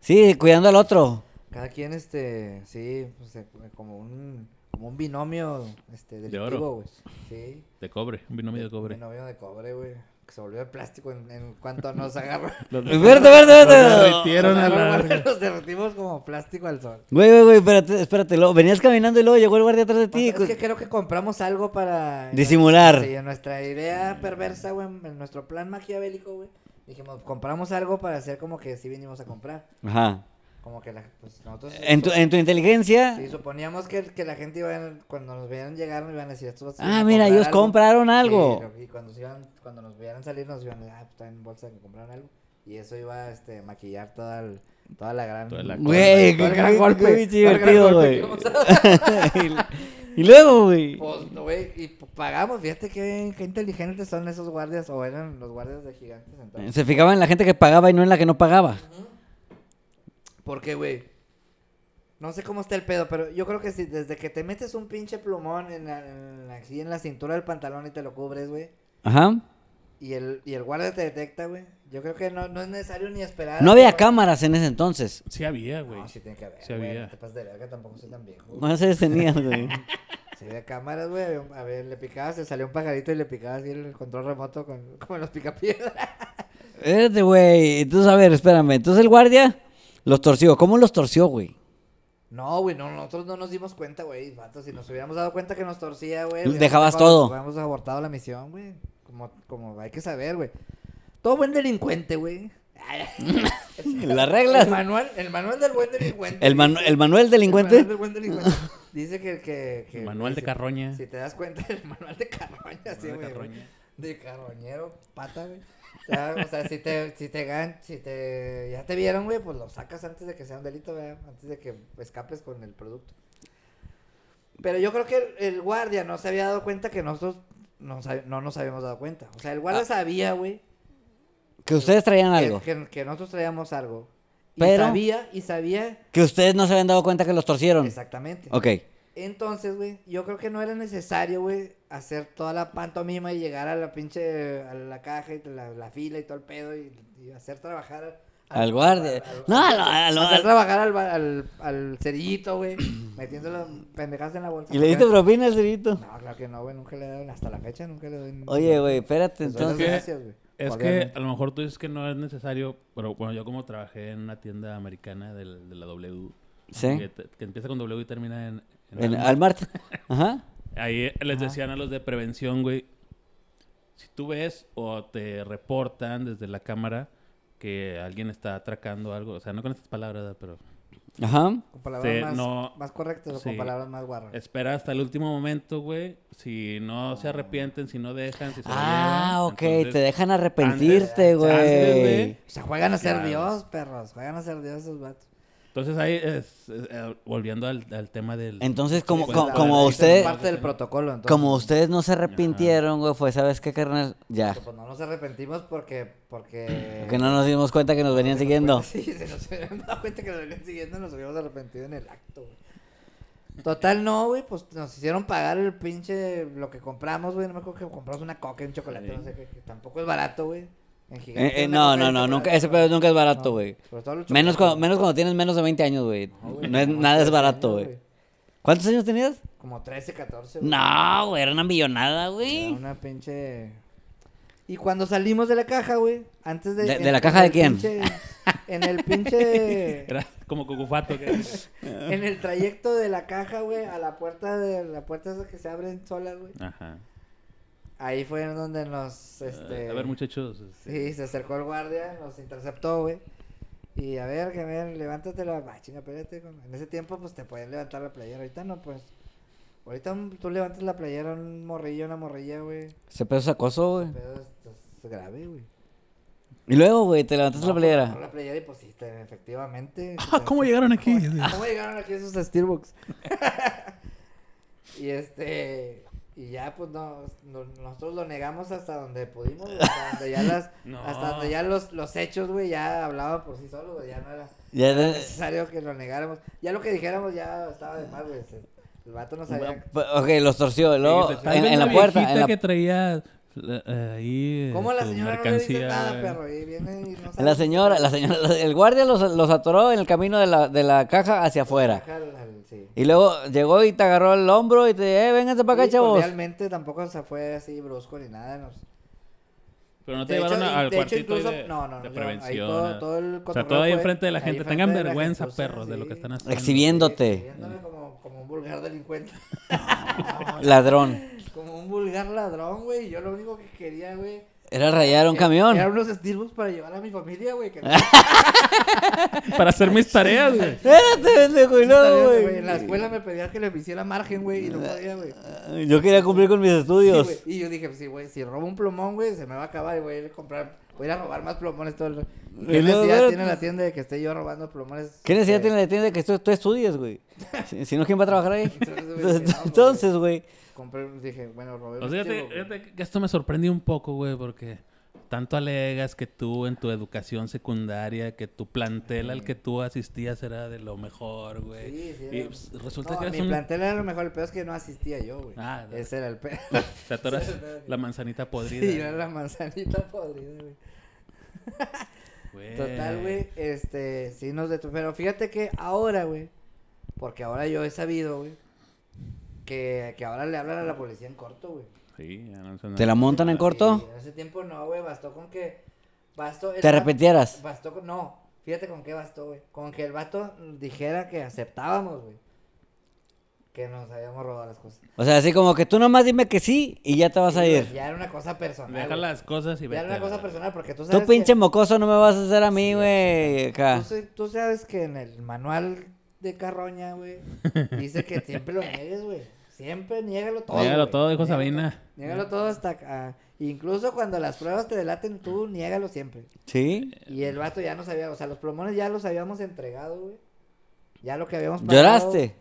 Speaker 1: Sí, cuidando al otro.
Speaker 2: cada quien, este, sí, pues, eh, como un, como un binomio, este,
Speaker 3: De oro.
Speaker 2: delictivo, güey. Sí.
Speaker 3: De cobre, un binomio de cobre.
Speaker 2: Binomio de cobre, güey, que se volvió de plástico en, en cuanto nos agarró.
Speaker 3: Los
Speaker 1: Espérate, espérate,
Speaker 3: los
Speaker 1: espérate.
Speaker 3: derritieron
Speaker 2: Nos
Speaker 3: a
Speaker 2: agarró,
Speaker 3: la
Speaker 2: güey,
Speaker 3: verga.
Speaker 2: Nos derretimos como plástico al sol.
Speaker 1: Güey, güey, güey, espérate, espérate. Luego, venías caminando y luego llegó el guardia atrás de
Speaker 2: O sea,
Speaker 1: ti.
Speaker 2: Pues, es que creo que compramos algo para...
Speaker 1: pues, Disimular.
Speaker 2: Sí, en nuestra idea perversa, güey, en nuestro plan maquiavélico, güey. Dijimos, compramos algo para hacer como que sí vinimos a comprar.
Speaker 1: Ajá.
Speaker 2: Como que la, pues nosotros...
Speaker 1: En tu, en tu inteligencia.
Speaker 2: Sí, suponíamos que, que la gente iba a- cuando nos vieran llegar nos iban a decir, estos
Speaker 1: ah, mira, ellos compraron algo.
Speaker 2: Sí, y cuando, se iban, cuando nos vieran salir nos iban a decir, ah, pues traen bolsa que compraron algo. Y eso iba a este, maquillar toda, el- toda la gran...
Speaker 3: Toda la
Speaker 1: Güey,
Speaker 2: todo
Speaker 1: qué,
Speaker 2: el gran
Speaker 1: qué-
Speaker 2: golpe,
Speaker 1: qué
Speaker 2: todo el gran
Speaker 1: divertido,
Speaker 2: golpe
Speaker 1: güey.
Speaker 2: que vamos
Speaker 1: y luego, güey.
Speaker 2: Pues, no, güey, y p- pagamos, fíjate qué, qué inteligentes son esos guardias, o eran los guardias de gigantes entonces.
Speaker 1: Se fijaban en la gente que pagaba y no en la que no pagaba.
Speaker 2: ¿Por qué, güey? No sé cómo está el pedo, pero yo creo que si desde que te metes un pinche plumón en la, en la- aquí en la cintura del pantalón y te lo cubres, güey,
Speaker 1: Ajá.
Speaker 2: y el, y el guardia te detecta, güey, yo creo que no, no es necesario ni esperar.
Speaker 1: No
Speaker 2: a
Speaker 1: había
Speaker 2: que-
Speaker 1: cámaras en ese entonces.
Speaker 3: Sí había, güey.
Speaker 2: No, Ah, sí tiene que haber,
Speaker 3: Sí
Speaker 2: güey,
Speaker 3: había.
Speaker 2: no te pases de verga, tampoco soy tan viejo. güey.
Speaker 1: ¿Cuántas series tenías, güey?
Speaker 2: Sí había cámaras, güey, había un- a ver, le picabas, se salió un pajarito y le picabas así el control remoto con, como los picapiedras.
Speaker 1: Espérate, güey. Entonces, a ver, espérame. Entonces el guardia los torció. ¿Cómo los torció, güey?
Speaker 2: No, güey, no, nosotros no nos dimos cuenta, güey, vato, si nos hubiéramos dado cuenta que nos torcía, güey.
Speaker 1: Dejabas
Speaker 2: hubiéramos dejado-
Speaker 1: todo.
Speaker 2: Hubiéramos abortado la misión, güey, como, como hay que saber, güey. Todo buen delincuente, güey.
Speaker 1: Las reglas.
Speaker 2: El manual, el manual del buen delincuente.
Speaker 1: El, manu- el Manuel
Speaker 2: El
Speaker 1: delincuente.
Speaker 2: manual del buen delincuente. Dice que... que, que
Speaker 3: El manual de
Speaker 2: si-
Speaker 3: carroña.
Speaker 2: Si te das cuenta, el manual de carroña, sí,
Speaker 3: de
Speaker 2: güey.
Speaker 3: carroña.
Speaker 2: De carroñero, pata, güey. O sea, o sea, si te, si te gan, si te, ya te vieron, güey, pues lo sacas antes de que sea un delito, güey, antes de que escapes con el producto. Pero yo creo que el, el guardia no se había dado cuenta que nosotros no, sab- no nos habíamos dado cuenta. O sea, el guardia sabía, güey,
Speaker 1: Que ustedes traían
Speaker 2: que,
Speaker 1: algo.
Speaker 2: que, que nosotros traíamos algo. Y
Speaker 1: Pero-
Speaker 2: sabía, y sabía
Speaker 1: Que ustedes no se habían dado cuenta que los torcieron.
Speaker 2: exactamente.
Speaker 1: Ok.
Speaker 2: Entonces, güey, yo creo que no era necesario, güey, hacer toda la pantomima y llegar a la pinche, a la caja y la, la fila y todo el pedo y, y hacer trabajar
Speaker 1: Al guardia.
Speaker 2: al- al-
Speaker 1: No, a lo- a lo-
Speaker 2: hacer
Speaker 1: al-
Speaker 2: trabajar al, ba- al, al cerillito, güey, metiendo las pendejadas en la bolsa.
Speaker 1: Y le diste
Speaker 2: Porque-
Speaker 1: propina al cerito.
Speaker 2: No, claro que no, güey, nunca le he dado, hasta la fecha nunca le doy.
Speaker 1: Oye, güey, espérate,
Speaker 2: Les doy las
Speaker 1: entonces.
Speaker 2: gracias, güey.
Speaker 3: Es que
Speaker 2: cordialmente.
Speaker 3: a lo mejor tú dices que no es necesario, pero bueno, yo como trabajé en una tienda americana del- de la W, que,
Speaker 1: Sí.
Speaker 3: te- que empieza con W y termina en... en
Speaker 1: En-
Speaker 3: Alma.
Speaker 1: al Marte. Ajá.
Speaker 3: Ahí les decían a los de prevención, güey, si tú ves o te reportan desde la cámara que alguien está atracando algo, o sea, no con estas palabras, ¿verdad? pero
Speaker 1: Ajá.
Speaker 2: Con palabras
Speaker 3: Sí,
Speaker 2: más,
Speaker 3: no-
Speaker 2: más correctas o con
Speaker 3: sí.
Speaker 2: palabras más guarras.
Speaker 3: espera hasta el último momento, güey, si no se arrepienten, si no dejan, si se lo
Speaker 1: Ah,
Speaker 3: llevan,
Speaker 1: ok.
Speaker 3: entonces-
Speaker 1: Te dejan arrepentirte,
Speaker 3: antes,
Speaker 1: güey.
Speaker 3: güey.
Speaker 2: O sea, juegan a ser
Speaker 3: Claro.
Speaker 2: Dios, perros, juegan a ser Dios esos vatos.
Speaker 3: Entonces ahí, es- es- eh, volviendo al, al tema del...
Speaker 1: Entonces, como,
Speaker 3: Sí,
Speaker 2: Pues,
Speaker 1: como,
Speaker 2: la
Speaker 1: como
Speaker 2: verdad, sí,
Speaker 1: usted-
Speaker 2: Es parte del protocolo, entonces.
Speaker 1: como ustedes no se arrepintieron, güey, fue, ¿sabes qué, carnal? Ya.
Speaker 2: Pues no nos arrepentimos porque. Porque.
Speaker 1: Que no nos dimos cuenta que nos venían
Speaker 2: porque
Speaker 1: siguiendo.
Speaker 2: nos- Sí, se nos hubieran dado cuenta que nos venían siguiendo, nos hubiéramos arrepentido en el acto, güey. Total, no, güey, pues nos hicieron pagar el pinche. Lo que compramos, güey. No me acuerdo que compramos una coca y un chocolate,
Speaker 3: Sí.
Speaker 2: no sé qué. que tampoco es barato, güey. En gigante.
Speaker 1: Eh, eh,
Speaker 2: una
Speaker 1: no,
Speaker 2: coca y
Speaker 1: no,
Speaker 2: un
Speaker 1: no, nunca,
Speaker 2: chocolate,
Speaker 1: ese pedo nunca es barato,
Speaker 2: No,
Speaker 1: güey.
Speaker 2: sobre todo los
Speaker 1: Menos, cuando,
Speaker 2: chocolates,
Speaker 1: menos cuando tienes menos de 20 años, güey.
Speaker 2: No, güey,
Speaker 1: No es-
Speaker 2: como
Speaker 1: nada es
Speaker 2: 13
Speaker 1: barato,
Speaker 2: años,
Speaker 1: güey. ¿Cuántos años tenías?
Speaker 2: Como 13, 14. güey.
Speaker 1: No, güey, era una millonada,
Speaker 2: Era
Speaker 1: güey.
Speaker 2: Una pinche. Y cuando salimos de la caja, güey, antes de.
Speaker 1: ¿De-
Speaker 2: en-
Speaker 1: de la
Speaker 2: en
Speaker 1: caja de
Speaker 2: el
Speaker 1: quién?
Speaker 2: pinche- en el pinche.
Speaker 3: Era como cucufato. Que...
Speaker 2: en el trayecto de la caja, güey, a la puerta de la puerta esa que se abren solas, güey.
Speaker 3: Ajá.
Speaker 2: Ahí fue en donde nos, este.
Speaker 3: A ver, muchachos. este
Speaker 2: Sí, se acercó el guardia, nos interceptó, güey. Y a ver, que a ver, levántate la ah, chinga, espérate, con- En ese tiempo, pues te pueden levantar la playera. Ahorita no, pues. Ahorita un- tú levantas la playera a un morrillo, una morrilla, güey.
Speaker 1: Ese pedo es acoso, güey.
Speaker 2: Pero esto es grave, güey.
Speaker 1: Y luego, güey, te levantaste la
Speaker 2: No, pues, agarró
Speaker 1: playera.
Speaker 2: La playera y pues sí, te- efectivamente.
Speaker 3: Ah, ¿Cómo llegaron aquí?
Speaker 2: ¿Cómo llegaron aquí esos Steelbooks? y este. Y ya, pues no, no- nosotros lo negamos hasta donde pudimos, güey, hasta donde ya, las,
Speaker 3: No.
Speaker 2: hasta donde ya los, los hechos, güey, ya hablaban por sí solos, güey, ya no era
Speaker 1: Ya de-
Speaker 2: necesario que lo negáramos. Ya lo que dijéramos ya estaba de más, güey. se- El vato no sabía.
Speaker 1: Ok, los torció. y Luego, en, en la puerta. en la-
Speaker 3: que traía eh, eh, ahí eh,
Speaker 2: ¿Cómo la
Speaker 3: su
Speaker 2: señora no le dice nada,
Speaker 3: güey.
Speaker 2: perro? Y viene y no sabe.
Speaker 1: este, La señora, la señora, el guardia los, los atoró en el camino de la, de la caja hacia afuera.
Speaker 2: Baja al- al- sí.
Speaker 1: Y luego llegó y te agarró el hombro y te eh, vénganse para acá,
Speaker 2: Y
Speaker 1: chavos.
Speaker 2: pues, Realmente tampoco se fue así brusco ni nada. Nos...
Speaker 3: Pero no te
Speaker 2: De hecho,
Speaker 3: llevaron a-
Speaker 2: in-
Speaker 3: al
Speaker 2: de hecho,
Speaker 3: cuartito ahí
Speaker 2: incluso-
Speaker 3: de,
Speaker 2: no, no, no,
Speaker 3: de
Speaker 2: yo- ahí
Speaker 3: prevención.
Speaker 2: todo-
Speaker 3: a-
Speaker 2: todo el
Speaker 3: o sea,
Speaker 2: cotorreo
Speaker 3: todo ahí
Speaker 2: fue-
Speaker 3: enfrente de la
Speaker 2: ahí
Speaker 3: gente.
Speaker 2: enfrente
Speaker 3: Tengan
Speaker 2: de la
Speaker 3: vergüenza,
Speaker 2: gentuza,
Speaker 3: perros, de lo
Speaker 2: sí.
Speaker 3: que están haciendo.
Speaker 1: Exhibiéndote,
Speaker 2: Viéndome como, como un vulgar delincuente.
Speaker 1: ladrón.
Speaker 2: Como un un vulgar ladrón, güey. y Yo lo único que quería, güey.
Speaker 1: Era rayar un camión.
Speaker 2: Eran unos Steelbooks para llevar a mi familia, güey. que no-
Speaker 3: Para hacer mis tareas, güey.
Speaker 1: Espérate, pendejo, y luego,
Speaker 2: Tarea, güey,
Speaker 1: güey.
Speaker 2: En la escuela me pedían que le hiciera margen, güey, y no podía, güey.
Speaker 1: Yo quería cumplir con mis
Speaker 2: Sí,
Speaker 1: estudios.
Speaker 2: güey, y yo dije, pues sí, güey, si robo un plomón, güey, se me va a acabar y voy a ir a comprar, voy a ir a robar más plomones todo el... ¿Y ¿Qué
Speaker 1: Y luego,
Speaker 2: necesidad
Speaker 1: güey,
Speaker 2: tiene
Speaker 1: tú-
Speaker 2: la tienda de que esté yo robando plomones?
Speaker 1: ¿Qué necesidad
Speaker 2: Eh,
Speaker 1: tiene la tienda que tú, tú estudies, güey? Si, si no, ¿quién va a trabajar ahí?
Speaker 2: Entonces, güey,
Speaker 1: Entonces,
Speaker 2: no,
Speaker 1: entonces, güey.
Speaker 2: Compré, dije, bueno, robé
Speaker 3: O
Speaker 2: un
Speaker 3: sea, fíjate-
Speaker 2: chivo, güey.
Speaker 3: fíjate que esto me sorprendió un poco, güey, porque tanto alegas que tú en tu educación secundaria, que tu plantel al que tú asistías era de lo mejor, güey.
Speaker 2: Sí, sí,
Speaker 3: y
Speaker 2: era-
Speaker 3: pues, resulta
Speaker 2: No,
Speaker 3: que
Speaker 2: mi
Speaker 3: eres un...
Speaker 2: plantel era lo mejor, el peor es que no asistía yo, güey.
Speaker 3: Ah, no.
Speaker 2: Ese era el peor.
Speaker 3: Te atoras la manzanita podrida.
Speaker 2: y yo era la manzanita podrida, güey.
Speaker 3: güey.
Speaker 2: Total,
Speaker 3: Eh.
Speaker 2: güey, este, sí nos detuvo. Pero fíjate que ahora, güey, porque ahora yo he sabido, güey, que, que ahora le hablan a la policía en corto, güey.
Speaker 3: Sí, ya no sé
Speaker 1: ¿Te la
Speaker 3: nada.
Speaker 1: montan en corto?
Speaker 2: Y en ese tiempo no, güey, bastó con que... Bastó el
Speaker 1: ¿Te
Speaker 2: va-
Speaker 1: arrepentieras?
Speaker 2: Bastó con... No, fíjate con qué bastó, güey. Con que el vato dijera que aceptábamos, güey. Que nos habíamos robado las cosas.
Speaker 1: O sea, así como que tú nomás dime que sí y ya te vas a
Speaker 2: Sí,
Speaker 1: ir.
Speaker 2: güey, Ya era una cosa personal.
Speaker 3: Deja
Speaker 2: güey.
Speaker 3: las cosas y
Speaker 2: Ya
Speaker 3: vete.
Speaker 2: era una
Speaker 3: a
Speaker 2: cosa
Speaker 3: la-
Speaker 2: personal porque tú sabes
Speaker 1: Tú pinche
Speaker 2: que...
Speaker 1: mocoso no me vas a hacer a mí, güey.
Speaker 2: Tú,
Speaker 1: acá.
Speaker 2: se- tú sabes que en el manual de Carroña, güey, dice que siempre lo niegues, güey. Siempre niégalo todo,
Speaker 3: Niégalo
Speaker 2: güey.
Speaker 3: todo, dijo
Speaker 2: Niégalo
Speaker 3: Sabina.
Speaker 2: todo. Niégalo todo hasta... ah, incluso cuando las pruebas te delaten, tú niégalo siempre.
Speaker 1: ¿Sí?
Speaker 2: Y el vato ya no sabía, o sea, los plomones ya los habíamos entregado, güey. Ya lo que habíamos pagado.
Speaker 1: ¿Lloraste?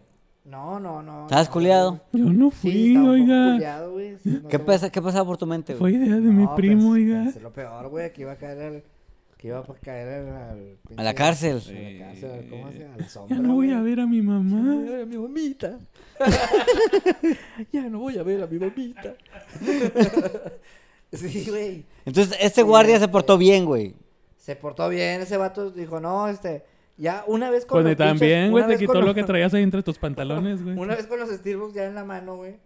Speaker 2: No, no, no.
Speaker 1: ¿Estabas
Speaker 2: no,
Speaker 1: culeado?
Speaker 2: güey.
Speaker 3: Yo no
Speaker 2: Sí,
Speaker 3: fui,
Speaker 2: estaba un poco
Speaker 3: oiga.
Speaker 2: culeado, güey. sí, no
Speaker 1: ¿Qué,
Speaker 2: sé,
Speaker 1: pesa, ¿Qué pasaba por tu mente,
Speaker 3: Fue
Speaker 1: güey?
Speaker 3: idea de
Speaker 2: güey.
Speaker 3: mi
Speaker 2: No,
Speaker 3: primo,
Speaker 2: pensé-
Speaker 3: oiga.
Speaker 2: pensé lo peor, güey, que iba a caer al... Que iba a caer al... al
Speaker 1: A la cárcel.
Speaker 2: A la cárcel, al- ¿cómo se llama? A la sombra,
Speaker 3: Ya no voy a
Speaker 2: güey.
Speaker 3: ver a mi
Speaker 2: Ya no voy
Speaker 3: mamá.
Speaker 2: a ver a mi mamita. ya no voy a ver a mi mamita. sí, güey.
Speaker 1: Entonces, este
Speaker 2: Sí,
Speaker 1: guardia se
Speaker 2: este-
Speaker 1: portó bien, güey.
Speaker 2: Se portó bien, ese vato dijo, no, este, ya una vez con
Speaker 3: Pues ni
Speaker 2: los pinches-
Speaker 3: también, güey,
Speaker 2: una
Speaker 3: te
Speaker 2: vez
Speaker 3: quitó
Speaker 2: con
Speaker 3: lo
Speaker 2: los-
Speaker 3: que traías ahí entre tus pantalones, güey.
Speaker 2: Una vez con los Steelbooks ya en la mano, güey,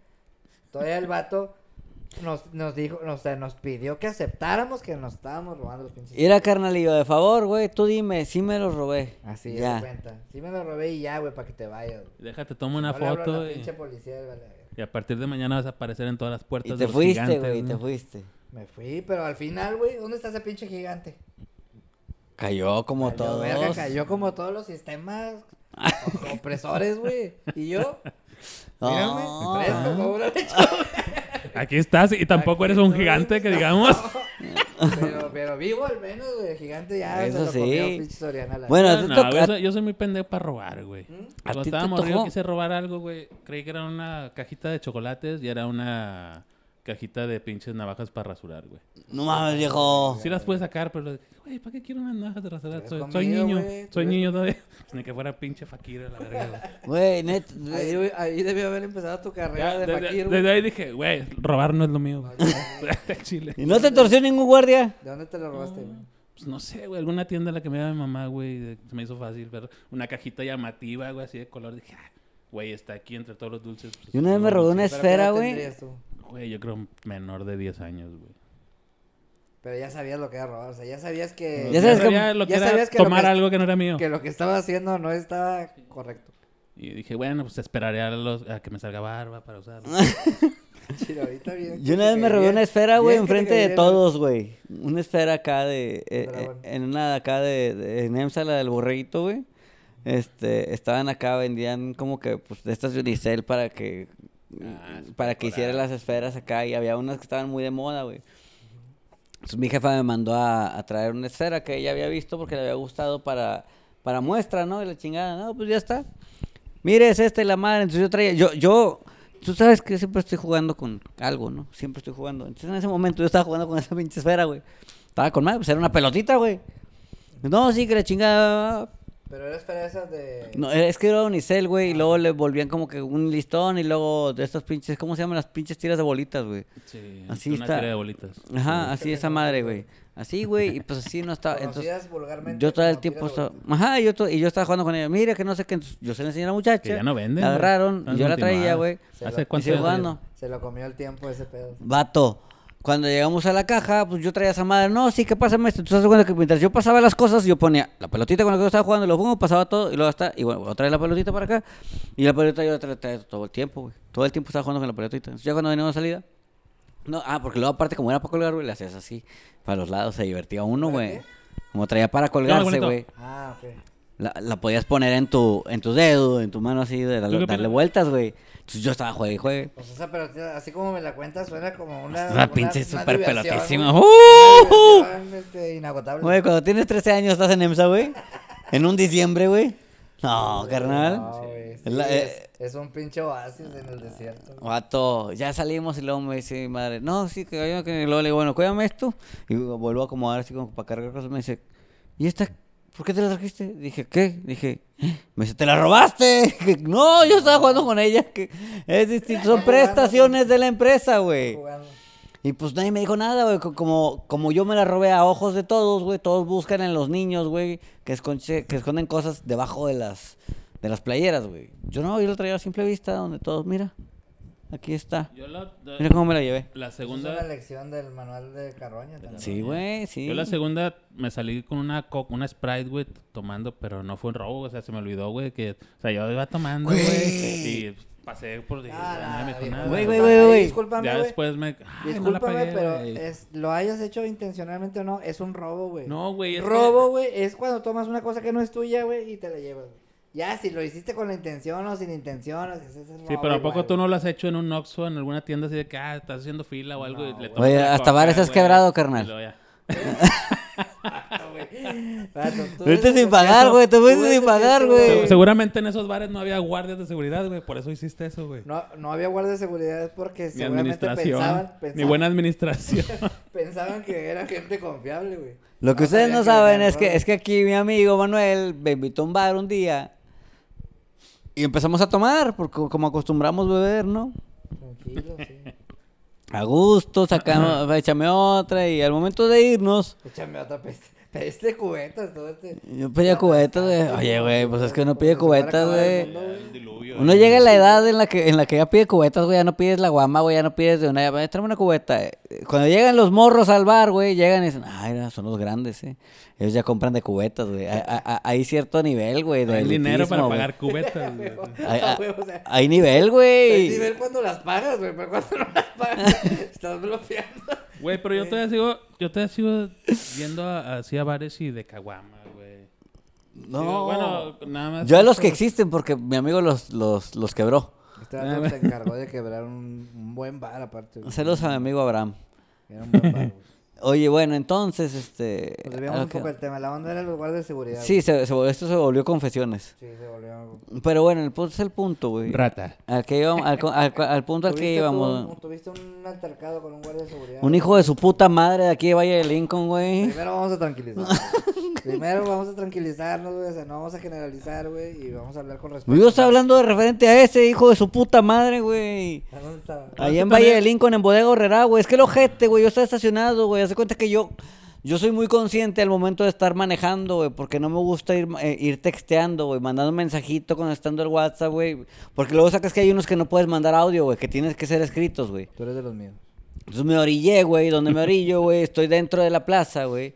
Speaker 2: todavía el vato nos, nos dijo, nos- o sea, nos pidió que aceptáramos que nos estábamos robando los pinches.
Speaker 1: Era carnalillo, de favor, güey, tú dime, sí me los robé.
Speaker 2: Steelbooks. Así, ya.
Speaker 1: ya.
Speaker 2: cuenta. Sí me lo robé y ya, güey, para que te vayas. güey.
Speaker 3: Déjate, toma una
Speaker 2: No le hablo a
Speaker 3: foto.
Speaker 2: la
Speaker 3: y-
Speaker 2: pinche policía, vale, a ver.
Speaker 3: Y a partir de mañana vas a aparecer en todas las puertas
Speaker 1: Y
Speaker 3: de
Speaker 1: te
Speaker 3: los
Speaker 1: fuiste,
Speaker 3: gigantes,
Speaker 1: güey, y
Speaker 3: ¿no?
Speaker 1: te fuiste.
Speaker 2: Me fui, pero al final, güey, ¿dónde está ese pinche gigante?
Speaker 1: Cayó como
Speaker 2: Valió
Speaker 1: todos.
Speaker 2: verga, cayó como todos los sistemas op- opresores, güey. Y yo, mírame,
Speaker 1: No.
Speaker 3: Ah.
Speaker 2: fresco como una leche.
Speaker 3: Aquí estás y tampoco
Speaker 2: Aquí
Speaker 3: eres un
Speaker 2: estoy.
Speaker 3: gigante que digamos.
Speaker 2: Pero, pero vivo al menos, güey. El gigante ya
Speaker 1: Eso
Speaker 2: se lo comió
Speaker 1: sí.
Speaker 2: pinche Soriana. La...
Speaker 1: Bueno, a ti
Speaker 3: No,
Speaker 1: toca-
Speaker 3: yo, soy, yo soy muy pendejo para robar, güey.
Speaker 2: ¿Mm?
Speaker 1: ¿A
Speaker 3: Cuando
Speaker 1: ti te
Speaker 3: estaba morrido
Speaker 1: tocó?
Speaker 3: quise robar algo, güey. Creí que era una cajita de chocolates y era una cajita de pinches navajas para rasurar, güey.
Speaker 1: no mames, viejo.
Speaker 3: Sí las pude sacar, pero, güey, ¿para qué quiero unas navajas de rasurar?
Speaker 2: Pero
Speaker 3: Soy,
Speaker 2: es
Speaker 3: soy
Speaker 2: comida,
Speaker 3: niño,
Speaker 2: güey,
Speaker 3: soy
Speaker 2: pero-
Speaker 3: niño todavía. Ni que fuera pinche fakir a la verga,
Speaker 1: Güey,
Speaker 3: güey.
Speaker 1: neta.
Speaker 2: Ahí, güey, ahí debió haber empezado tu carrera
Speaker 3: Ya,
Speaker 2: de
Speaker 3: desde,
Speaker 2: Fakir, güey.
Speaker 3: desde ahí dije, güey, robar no es lo mío, güey. Chile.
Speaker 1: ¿Y no te torció ningún guardia?
Speaker 2: ¿De dónde te lo robaste, güey?
Speaker 3: Pues no sé, güey, alguna tienda a la que me daba mi mamá, güey, de- se me hizo fácil ver una cajita llamativa, güey, así de color. Dije, ah, güey, está aquí entre todos los dulces. pues,
Speaker 1: Yo una vez me
Speaker 3: no,
Speaker 1: robé una
Speaker 2: Pero, ¿qué
Speaker 1: esfera,
Speaker 2: edad
Speaker 1: güey.
Speaker 2: tendrías tú?
Speaker 3: Güey, yo creo menor de 10 años, güey.
Speaker 2: Pero ya sabías lo que era robar. O sea, ya sabías que.
Speaker 1: Ya sabes que-
Speaker 3: sabía lo que
Speaker 2: ya
Speaker 3: era
Speaker 2: sabías que lo
Speaker 3: tomar
Speaker 2: que-
Speaker 3: algo que no era mío.
Speaker 2: que lo que estaba haciendo no estaba correcto.
Speaker 3: Y dije, bueno, pues esperaré a, los, a que me salga barba para usarlo.
Speaker 2: Chilo, ahorita bien.
Speaker 1: Yo una vez me robé
Speaker 2: bien-
Speaker 1: una esfera, güey,
Speaker 2: bien que te
Speaker 1: enfrente de
Speaker 2: caería,
Speaker 1: todos, güey. Una esfera acá de. eh, eh,
Speaker 2: Dragón.
Speaker 1: en una de acá de. de- en EMSA, la del borreguito, güey. Este, estaban acá, vendían como que, pues, de estas de Unicel para que.
Speaker 3: Ah, es
Speaker 1: para que hicieran
Speaker 3: decorar.
Speaker 1: las esferas acá. Y había unas que estaban muy de moda, güey. Entonces mi jefa me mandó a, a traer una esfera que ella había visto porque le había gustado para, para muestra, ¿no? Y la chingada, no, pues ya está. Mire, es esta y la madre. Entonces yo traía, yo, yo, tú sabes que yo siempre estoy jugando con algo, ¿no? Siempre estoy jugando. Entonces en ese momento yo estaba jugando con esa pinche esfera, güey. Estaba con madre, pues era una pelotita, güey. No, sí, que la chingada.
Speaker 2: Pero era esfera esas de.
Speaker 1: No, eh, es que era unicel, güey, y luego le volvían como que un listón y luego de estas pinches, ¿cómo se llaman las pinches tiras de bolitas, güey?
Speaker 3: Sí,
Speaker 1: Así
Speaker 3: una
Speaker 1: está.
Speaker 3: tira de bolitas.
Speaker 1: Ajá, ah. así esa madre, güey. Así, güey, y pues así no estaba. Entonces,
Speaker 2: Conocidas vulgarmente
Speaker 1: yo todo el
Speaker 2: como
Speaker 1: tiempo
Speaker 2: tiras
Speaker 1: estaba.
Speaker 2: de
Speaker 1: Ajá, y yo, to- y yo estaba jugando con ella. Mira, que no sé qué. Entonces, Yo se la enseñé a la muchacha.
Speaker 3: Que ya no venden.
Speaker 1: La
Speaker 3: güey.
Speaker 1: agarraron,
Speaker 3: Están
Speaker 1: y yo la traía,
Speaker 3: desmontimadas.
Speaker 1: güey.
Speaker 2: Se
Speaker 3: ¿Hace
Speaker 2: la-
Speaker 3: cuánto
Speaker 1: y se
Speaker 3: ya
Speaker 1: van,
Speaker 3: salió?
Speaker 1: ¿no?
Speaker 2: Se lo comió el tiempo ese pedo.
Speaker 1: Vato. Cuando llegamos a la caja, pues yo traía esa madre. No, sí, ¿qué pasa, maestro? Entonces, cuando que mientras yo pasaba las cosas, yo ponía la pelotita con la que yo estaba jugando, lo pongo, pasaba todo, y luego hasta. Y bueno, otra vez la pelotita para acá. Y la pelota yo la traía todo el tiempo, güey. Todo el tiempo estaba jugando con la pelotita. Entonces, ya cuando veníamos a salida, No, ah, porque luego aparte como era para colgar, güey, le hacías así, para los lados, se divertía uno,
Speaker 2: ¿Para
Speaker 1: güey.
Speaker 2: qué?
Speaker 1: Como traía para colgarse,
Speaker 3: bonito.
Speaker 1: güey.
Speaker 2: Ah, ok.
Speaker 1: La, la podías poner en tu, en tu dedo, en tu mano así, de
Speaker 3: ¿Tú qué
Speaker 1: darle, darle
Speaker 3: opinas?
Speaker 1: vueltas, güey. Entonces yo estaba juegue y juegue.
Speaker 2: Pues esa pelotita, así como me la cuentas, suena como una.
Speaker 1: Una pinche super
Speaker 2: diversión,
Speaker 1: pelotísima.
Speaker 2: güey.
Speaker 1: ¡Uh!
Speaker 2: Una diversión, este, inagotable.
Speaker 1: Güey, cuando tienes 13 años estás en EMSA, güey. En un diciembre, güey. No,
Speaker 2: No,
Speaker 1: carnal.
Speaker 2: güey, sí,
Speaker 1: Es la-
Speaker 2: es,
Speaker 1: eh.
Speaker 2: es un pinche oasis en el desierto. güey.
Speaker 1: Guato, ya salimos y luego me dice mi madre, no, sí, que hay uno que... Luego le digo, bueno, cuídame esto. Y vuelvo a acomodar así como para cargar cosas. Me dice, ¿y esta? ¿Por qué te la trajiste? Dije, ¿qué? Dije, "¿Eh?". me dice, ¿te la robaste? Dije, no, yo estaba jugando con ella. Que es distinto, son prestaciones de la empresa, güey.
Speaker 2: Jugando.
Speaker 1: Y pues nadie me dijo nada, güey. co- Como, como yo me la robé a ojos de todos, güey. Todos buscan en los niños, güey. Que, esconche- que esconden cosas debajo de las, de las playeras, güey. Yo no, yo lo traía a simple vista, donde todos, mira. Aquí está.
Speaker 3: Yo la,
Speaker 1: Mira Pues, cómo me la llevé.
Speaker 3: la
Speaker 2: Es una
Speaker 3: segunda.
Speaker 2: lección del manual de Carroña también.
Speaker 1: Sí, güey, sí.
Speaker 3: Yo la segunda me salí con una co- una Sprite, güey, t- tomando, pero no fue un robo, o sea, se me olvidó, güey, que, o sea, yo iba tomando, güey,
Speaker 1: Güey.
Speaker 3: y pasé por... dije,
Speaker 2: Ah,
Speaker 3: "Ah,
Speaker 2: la
Speaker 3: me dijo
Speaker 2: vieja,
Speaker 3: nada".
Speaker 1: Güey, güey, güey, güey.
Speaker 2: Discúlpame,
Speaker 3: Ya
Speaker 2: güey.
Speaker 3: después me... Ay, no la
Speaker 2: Discúlpame,
Speaker 3: pagué,
Speaker 2: pero
Speaker 3: güey.
Speaker 2: es, lo hayas hecho intencionalmente o no, es un robo, güey.
Speaker 3: No, güey, es que-
Speaker 2: Robo, güey, es cuando tomas una cosa que no es tuya, güey, y te la llevas, güey. Ya, si lo hiciste con la intención o sin intención, o si ese es el
Speaker 3: Sí,
Speaker 2: robo
Speaker 3: pero ¿a
Speaker 2: igual,
Speaker 3: poco tú
Speaker 2: güey.
Speaker 3: no lo has hecho en un Oxxo, en alguna tienda así de que, ah, estás haciendo fila o algo?
Speaker 2: No,
Speaker 3: y le
Speaker 2: güey.
Speaker 3: tomas
Speaker 1: Oye,
Speaker 3: una
Speaker 1: hasta bares
Speaker 3: coca,
Speaker 1: has
Speaker 3: güey,
Speaker 1: quebrado,
Speaker 3: y
Speaker 1: carnal.
Speaker 3: luego ya.
Speaker 2: Vato, tú
Speaker 1: Fuiste
Speaker 2: eres
Speaker 1: sin
Speaker 2: el
Speaker 1: pagar,
Speaker 2: caso,
Speaker 1: güey, te
Speaker 2: tú
Speaker 1: fuiste
Speaker 2: eres
Speaker 1: sin
Speaker 2: el
Speaker 1: pagar,
Speaker 2: caso,
Speaker 1: güey.
Speaker 3: Se- Seguramente en esos bares no había guardias de seguridad, güey, por eso hiciste eso, güey.
Speaker 2: No, no había guardia de seguridad porque
Speaker 3: Mi
Speaker 2: seguramente
Speaker 3: administración,
Speaker 2: pensaban,
Speaker 3: mi
Speaker 2: pensaban,
Speaker 3: buena administración.
Speaker 2: pensaban que era gente confiable, güey. Ah,
Speaker 1: Lo que ustedes
Speaker 2: sabían
Speaker 1: no
Speaker 2: eran
Speaker 1: saben es que,
Speaker 2: robo.
Speaker 1: es que aquí mi amigo Manuel me invitó a un bar un día. Y empezamos a tomar, porque como acostumbramos beber, ¿no?
Speaker 2: Tranquilo, sí.
Speaker 1: A gusto, sacamos, échame otra y al momento de irnos,
Speaker 2: Échame otra peste. Pediste cubetas, todo este.
Speaker 1: yo pedía cubetas de, oye güey, pues es que uno pide cubetas
Speaker 2: No,
Speaker 1: de...
Speaker 2: güey.
Speaker 1: Uno llega a la edad en la que, en la que ya pide cubetas, güey, ya no pides la guama, güey, ya no pides de una, "Eh, tráeme una cubeta. eh. Cuando llegan los morros al bar, güey, llegan y dicen, ay, no, son los grandes, eh. Ellos ya compran de cubetas, güey. Hay, hay- hay cierto nivel, güey, de
Speaker 3: Hay dinero para
Speaker 1: elitismo, güey.
Speaker 3: pagar cubetas, güey.
Speaker 1: Hay,
Speaker 2: Ah,
Speaker 1: hay-
Speaker 2: güey, o sea,
Speaker 1: hay nivel,
Speaker 2: el
Speaker 1: güey.
Speaker 2: nivel cuando las pagas, güey, pero cuando no las pagas, estás bloqueando.
Speaker 3: Güey, pero yo todavía sigo, yo todavía sigo yendo a- así a bares y de caguama, güey. Digo,
Speaker 1: No.
Speaker 3: bueno, nada más.
Speaker 1: Yo a los que existen, porque mi amigo los, los, los quebró.
Speaker 2: Este vato se encargó de quebrar un, un buen bar, aparte. güey.
Speaker 1: Ah, Saludos a mi amigo Abraham.
Speaker 2: Era un buen bar, güey.
Speaker 1: Oye, bueno, entonces, este...
Speaker 2: Nos
Speaker 1: a
Speaker 2: debíamos
Speaker 1: lo
Speaker 2: un
Speaker 1: que-
Speaker 2: poco el tema. La onda era los guardias de seguridad.
Speaker 1: Sí, se- se volvió- esto se volvió confesiones.
Speaker 2: güey. Sí, se volvió.
Speaker 1: Pero bueno, el punto es el punto, güey.
Speaker 3: Rata.
Speaker 1: Al, que íbamos, al, cu- al cu- al punto al
Speaker 2: ¿Tuviste
Speaker 1: que
Speaker 2: tú
Speaker 1: íbamos.
Speaker 2: un- Tuviste un altercado con un guardia de seguridad.
Speaker 1: Un hijo de su puta madre de aquí de Valle de Lincoln, güey.
Speaker 2: Primero vamos a tranquilizarnos. Primero vamos a tranquilizarnos, güey. O sea, no vamos a generalizar, güey. Y vamos a hablar con respeto.
Speaker 1: Yo estaba hablando de referente a ese hijo de su puta madre, güey.
Speaker 2: ¿A dónde estaba?
Speaker 1: Allá en Valle de Lincoln, en Bodega Herrera, güey. Es que el ojete, güey. Yo estaba estacionado, güey. Hace cuenta que yo. Yo soy muy consciente al momento de estar manejando, güey, porque no me gusta ir, eh, ir texteando, güey, mandando un mensajito, contestando el WhatsApp, güey, porque luego sacas que hay unos que no puedes mandar audio, güey, que tienes que ser escritos, güey.
Speaker 2: Tú eres de los míos.
Speaker 1: Entonces me orillé, güey, donde me orillo, güey, estoy dentro de la plaza, güey.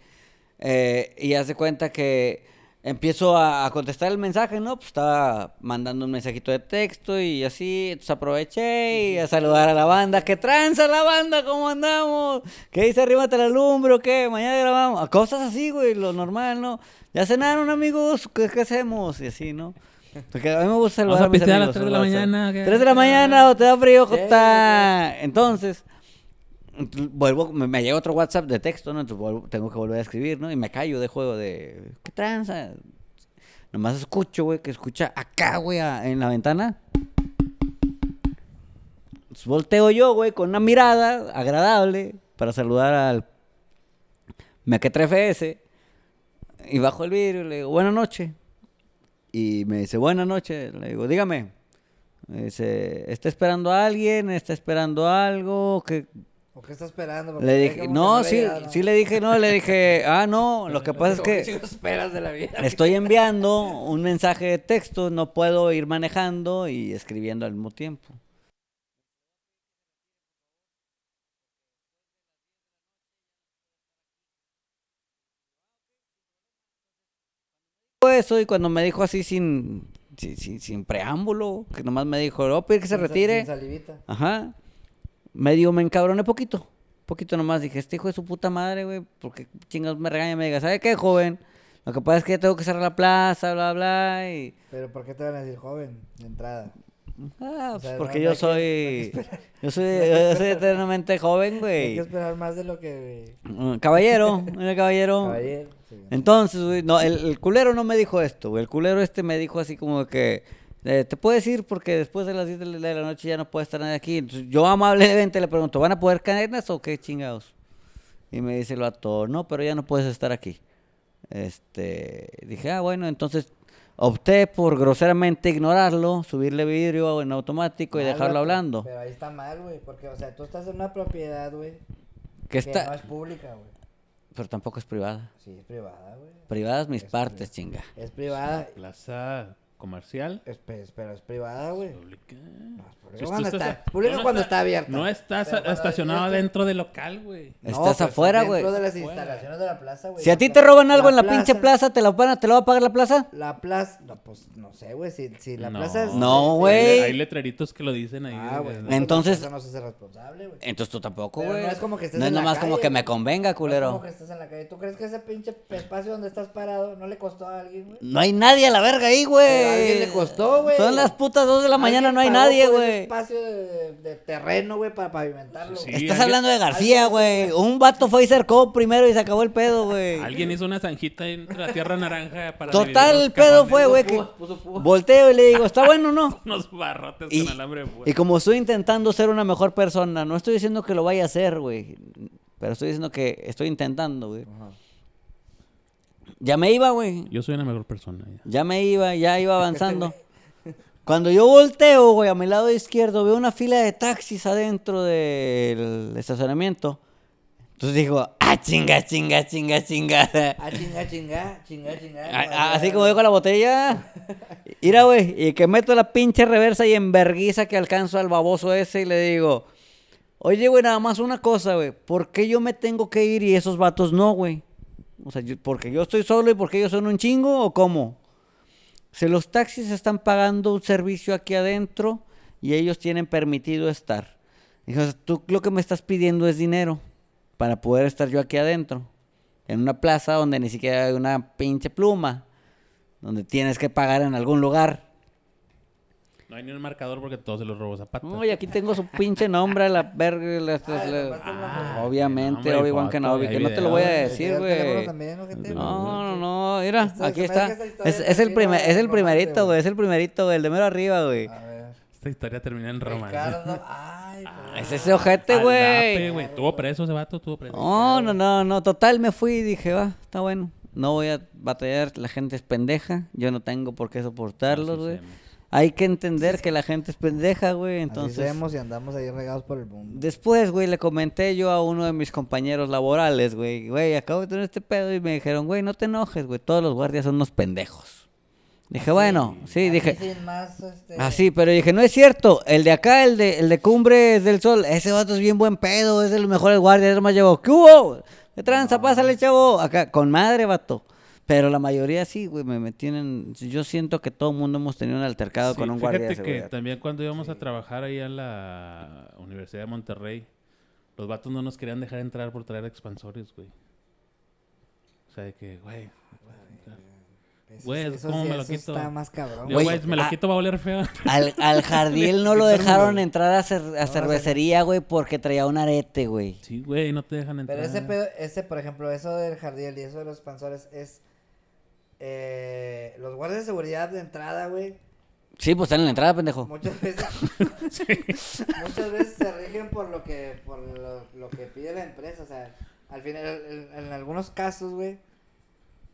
Speaker 1: Eh, y hace cuenta que empiezo a, a contestar el mensaje, ¿no? Pues estaba mandando un mensajito de texto y así, entonces aproveché y a saludar a la banda. ¡Qué tranza la banda! ¿Cómo andamos? ¿Qué dice arriba te la lumbre o qué? Mañana grabamos. Cosas así, güey, lo normal, ¿no? ¿Ya cenaron, amigos? ¿Qué, qué hacemos? Y así, ¿no? Porque a mí me gusta saludar
Speaker 3: Vamos a
Speaker 1: mis
Speaker 3: pistear a las
Speaker 1: amigos,
Speaker 3: tres de la
Speaker 1: ¿verdad?
Speaker 3: mañana, ¿qué?
Speaker 1: Tres de la mañana o te da frío,
Speaker 2: Sí,
Speaker 1: Jota. Entonces, vuelvo, me, me llega otro WhatsApp de texto, ¿no? Entonces vuelvo- tengo que volver a escribir, ¿no? Y me callo de juego de, ¿qué tranza? Nomás escucho, güey, que escucha acá, güey, a- en la ventana. Entonces, volteo yo, güey, con una mirada agradable para saludar al mequetrefe ese. Y bajo el vidrio y le digo, buena noche. Y me dice, buena noche. Le digo, dígame. Me dice, ¿está esperando a alguien? ¿Está esperando algo? que
Speaker 2: ¿O qué está esperando? Porque
Speaker 1: Le
Speaker 2: ve
Speaker 1: dije,
Speaker 2: como que
Speaker 1: no,
Speaker 2: le ha
Speaker 1: sí,
Speaker 2: llegado, ¿no?
Speaker 1: sí le dije, no, le dije, ah, no, lo que pasa es
Speaker 2: ¿Qué
Speaker 1: que
Speaker 2: chingo esperas de la vida?
Speaker 1: estoy enviando un mensaje de texto, no puedo ir manejando y escribiendo al mismo tiempo. eso y cuando me dijo así sin,
Speaker 2: Pues,
Speaker 1: sin, sin- sin preámbulo, que nomás me dijo, oh, pide que se
Speaker 2: Sin sa-
Speaker 1: retire.
Speaker 2: sin salivita.
Speaker 1: Ajá. medio me encabroné poquito. Poquito nomás. Dije, este hijo de su puta madre, güey. Porque chingados me regaña. Me diga, ¿sabe qué, joven? Lo que pasa es que ya tengo que cerrar la plaza, bla, bla. Y.
Speaker 2: Pero ¿por qué te van a decir joven de entrada?
Speaker 1: Ah,
Speaker 2: O
Speaker 1: pues
Speaker 2: sea,
Speaker 1: porque
Speaker 2: no,
Speaker 1: yo
Speaker 2: hay que-
Speaker 1: soy. Yo soy, yo soy eternamente joven,
Speaker 2: Hay
Speaker 1: güey.
Speaker 2: que esperar más de lo que...
Speaker 1: Mm, Caballero, mira, caballero.
Speaker 2: Caballero. sí.
Speaker 1: Entonces, güey, no, el, el culero no me dijo esto, güey. El culero este me dijo así como que, eh, te puedes ir porque después de las 10 de la, de la noche ya no puede estar nadie aquí. Entonces, yo amablemente le pregunto, ¿van a poder cadenas o qué chingados? Y me dice el vato, no, pero ya no puedes estar aquí. Este, dije, ah, bueno, entonces opté por groseramente ignorarlo, subirle vidrio en automático y
Speaker 2: Mal,
Speaker 1: dejarlo
Speaker 2: vato,
Speaker 1: hablando.
Speaker 2: Pero ahí está mal, güey, porque, o sea, tú estás en una propiedad, güey,
Speaker 1: Que
Speaker 2: que no
Speaker 1: está,
Speaker 2: es pública, güey.
Speaker 1: pero tampoco es privada.
Speaker 2: Sí, es privada, güey.
Speaker 1: Privadas mis
Speaker 2: Es
Speaker 1: partes, chinga.
Speaker 2: Es privada,
Speaker 3: Plaza comercial.
Speaker 2: es- pues, pero es privada, güey.
Speaker 3: Pública.
Speaker 2: No, es
Speaker 3: Pues
Speaker 2: pública
Speaker 3: tú
Speaker 2: cuando
Speaker 3: estás-
Speaker 2: está, pública
Speaker 3: no
Speaker 2: cuando
Speaker 3: está-
Speaker 2: está abierta.
Speaker 3: No estás
Speaker 2: Pero cuando
Speaker 3: estacionado
Speaker 2: es-
Speaker 3: dentro del local, güey.
Speaker 2: No,
Speaker 1: Estás
Speaker 2: pues,
Speaker 1: afuera, güey.
Speaker 2: Dentro de las
Speaker 3: Afuera.
Speaker 2: instalaciones de la plaza, güey.
Speaker 1: Si a ti
Speaker 2: La-
Speaker 1: te roban algo en la pinche plaza, ¿te, la van a- ¿te lo va a pagar la plaza?
Speaker 2: La plaza, no, pues no sé, güey, si, si la plaza es...
Speaker 1: No,
Speaker 3: Hay-
Speaker 1: güey.
Speaker 3: Hay letreritos que lo dicen ahí.
Speaker 2: Ah, güey.
Speaker 3: güey.
Speaker 2: pues, la
Speaker 1: Entonces-
Speaker 2: plaza No se hace responsable, güey.
Speaker 1: Entonces tú tampoco,
Speaker 2: Pero
Speaker 1: güey.
Speaker 2: no es como que estés
Speaker 1: No es
Speaker 2: en la
Speaker 1: nomás como
Speaker 2: calle,
Speaker 1: que me
Speaker 2: güey.
Speaker 1: convenga,
Speaker 2: No es como
Speaker 1: culero.
Speaker 2: que estás en la calle. ¿Tú crees que ese pinche espacio donde estás parado no le costó a alguien, güey?
Speaker 1: No hay nadie a la verga ahí, güey.
Speaker 2: Pero a alguien le costó, güey.
Speaker 1: Son las putas dos de la mañana,
Speaker 2: Alguien
Speaker 1: no hay
Speaker 2: pagó
Speaker 1: nadie,
Speaker 2: por ese
Speaker 1: güey.
Speaker 2: espacio de, de terreno, güey, para pavimentarlo.
Speaker 3: Sí,
Speaker 2: güey.
Speaker 3: sí.
Speaker 1: Estás
Speaker 3: alguien-
Speaker 1: hablando de García, güey. Un vato fue y cercó primero y se acabó el pedo, güey.
Speaker 3: Alguien hizo una zanjita en la tierra naranja para. dividir
Speaker 1: Total,
Speaker 3: los
Speaker 1: el pedo
Speaker 3: cajones.
Speaker 1: fue, güey, que volteo y le digo, ¿está bueno o no?
Speaker 3: Unos barrotes
Speaker 1: Y-
Speaker 3: con alambre de
Speaker 1: Y como estoy intentando ser una mejor persona, no estoy diciendo que lo vaya a hacer, güey. Pero estoy diciendo que estoy intentando, güey.
Speaker 2: Ajá.
Speaker 1: Ya me iba, güey.
Speaker 3: Yo soy una mejor persona. ya.
Speaker 1: Ya me iba, ya iba avanzando. Cuando yo volteo, güey, a mi lado izquierdo veo una fila de taxis adentro del estacionamiento. Entonces digo, ah, chinga, chinga, chinga, chinga.
Speaker 2: Ah, chinga, chinga, chinga, chinga.
Speaker 1: A- a- Así como yo con la botella. Mira, güey, y que meto la pinche reversa y enverguiza que alcanzo al baboso ese y le digo, oye, güey, nada más una cosa, güey, ¿por qué yo me tengo que ir y esos vatos no, güey? O sea, yo- porque yo estoy solo y porque ellos son un chingo o cómo? Si los taxis están pagando un servicio aquí adentro y ellos tienen permitido estar. Dijo, tú lo que me estás pidiendo es dinero para poder estar yo aquí adentro. En una plaza donde ni siquiera hay una pinche pluma. Donde tienes que pagar en algún lugar.
Speaker 3: No hay ni un marcador porque todos se los robó Zapata.
Speaker 1: Uy, aquí tengo su pinche nombre, la verga. la- la-
Speaker 2: Ay,
Speaker 1: la-
Speaker 2: nomás te lo-
Speaker 3: Ah,
Speaker 1: obviamente,
Speaker 3: nombre y
Speaker 1: Obi-Wan
Speaker 3: foto,
Speaker 1: Kenobi,
Speaker 3: y
Speaker 1: que no te
Speaker 3: video.
Speaker 1: lo voy a
Speaker 3: Te
Speaker 1: decir, güey. No, no, no, mira,
Speaker 2: Esta-
Speaker 1: aquí
Speaker 2: Este, se me hace
Speaker 1: está.
Speaker 2: que esta historia
Speaker 1: Es, es el
Speaker 2: termina
Speaker 1: primer, es el
Speaker 2: en romance,
Speaker 1: primerito, güey,
Speaker 2: güey. Ah,
Speaker 1: es el primerito, güey, el de mero arriba, güey.
Speaker 2: A ver.
Speaker 3: Esta historia termina en romance.
Speaker 2: Ricardo. Ay, pues, güey.
Speaker 1: Es ese ojete,
Speaker 3: Al
Speaker 1: güey.
Speaker 3: Dape, güey. Tuvo preso ese vato, tuvo preso.
Speaker 1: No, no, no, no. Total, me fui y dije, va, está bueno. No voy a batallar, la gente es pendeja. Yo no tengo por qué soportarlos,
Speaker 3: Así
Speaker 1: güey.
Speaker 3: somos.
Speaker 1: Hay que entender que la gente es pendeja, güey.
Speaker 2: Entonces.
Speaker 1: Entonces,
Speaker 2: y andamos ahí regados por el mundo.
Speaker 1: después, güey, le comenté yo a uno de mis compañeros laborales, güey. Güey, acabo de tener este pedo y me dijeron, güey, no te enojes, güey. Todos los guardias son unos pendejos. Dije, bueno, sí,
Speaker 2: Así
Speaker 1: dije.
Speaker 2: sin más, este,
Speaker 1: Así, Ah, pero dije, no es cierto. El de acá, el de, el de Cumbres del Sol, ese vato es bien buen pedo, es de los mejores guardias, es el más llevado. ¿Qué hubo? ¿Qué tranza? Pásale, chavo. Acá, con madre, vato. Pero la mayoría sí, güey, me, me tienen... Yo siento que todo el mundo hemos tenido un altercado
Speaker 3: Sí,
Speaker 1: con un
Speaker 3: fíjate
Speaker 1: guardia de
Speaker 3: que
Speaker 1: seguridad.
Speaker 3: también cuando íbamos a trabajar ahí a la Universidad de Monterrey, los vatos no nos querían dejar entrar por traer expansores, güey. O sea, de que, güey,
Speaker 2: eso-
Speaker 3: güey,
Speaker 2: eso
Speaker 3: ¿cómo
Speaker 2: sí,
Speaker 3: me lo
Speaker 2: eso
Speaker 3: quito?
Speaker 2: Está más cabrón.
Speaker 3: yo,
Speaker 1: Güey,
Speaker 3: güey, me lo
Speaker 1: ah.
Speaker 3: quito, va a oler feo.
Speaker 1: Al, al jardín no lo
Speaker 3: Quitármelo.
Speaker 1: dejaron entrar a, cer- a cervecería, güey, porque traía un arete, güey.
Speaker 3: Sí, güey, no te dejan entrar.
Speaker 2: Pero ese pedo, ese, por ejemplo, eso del jardín y eso de los pansores es. eh, los guardias de seguridad de entrada, güey,
Speaker 1: Sí, pues están en la entrada,
Speaker 3: Oh.
Speaker 1: pendejo.
Speaker 2: muchas veces. Muchas veces se rigen por lo que, por lo, lo que pide la empresa. O sea, al final, en, en algunos casos, güey,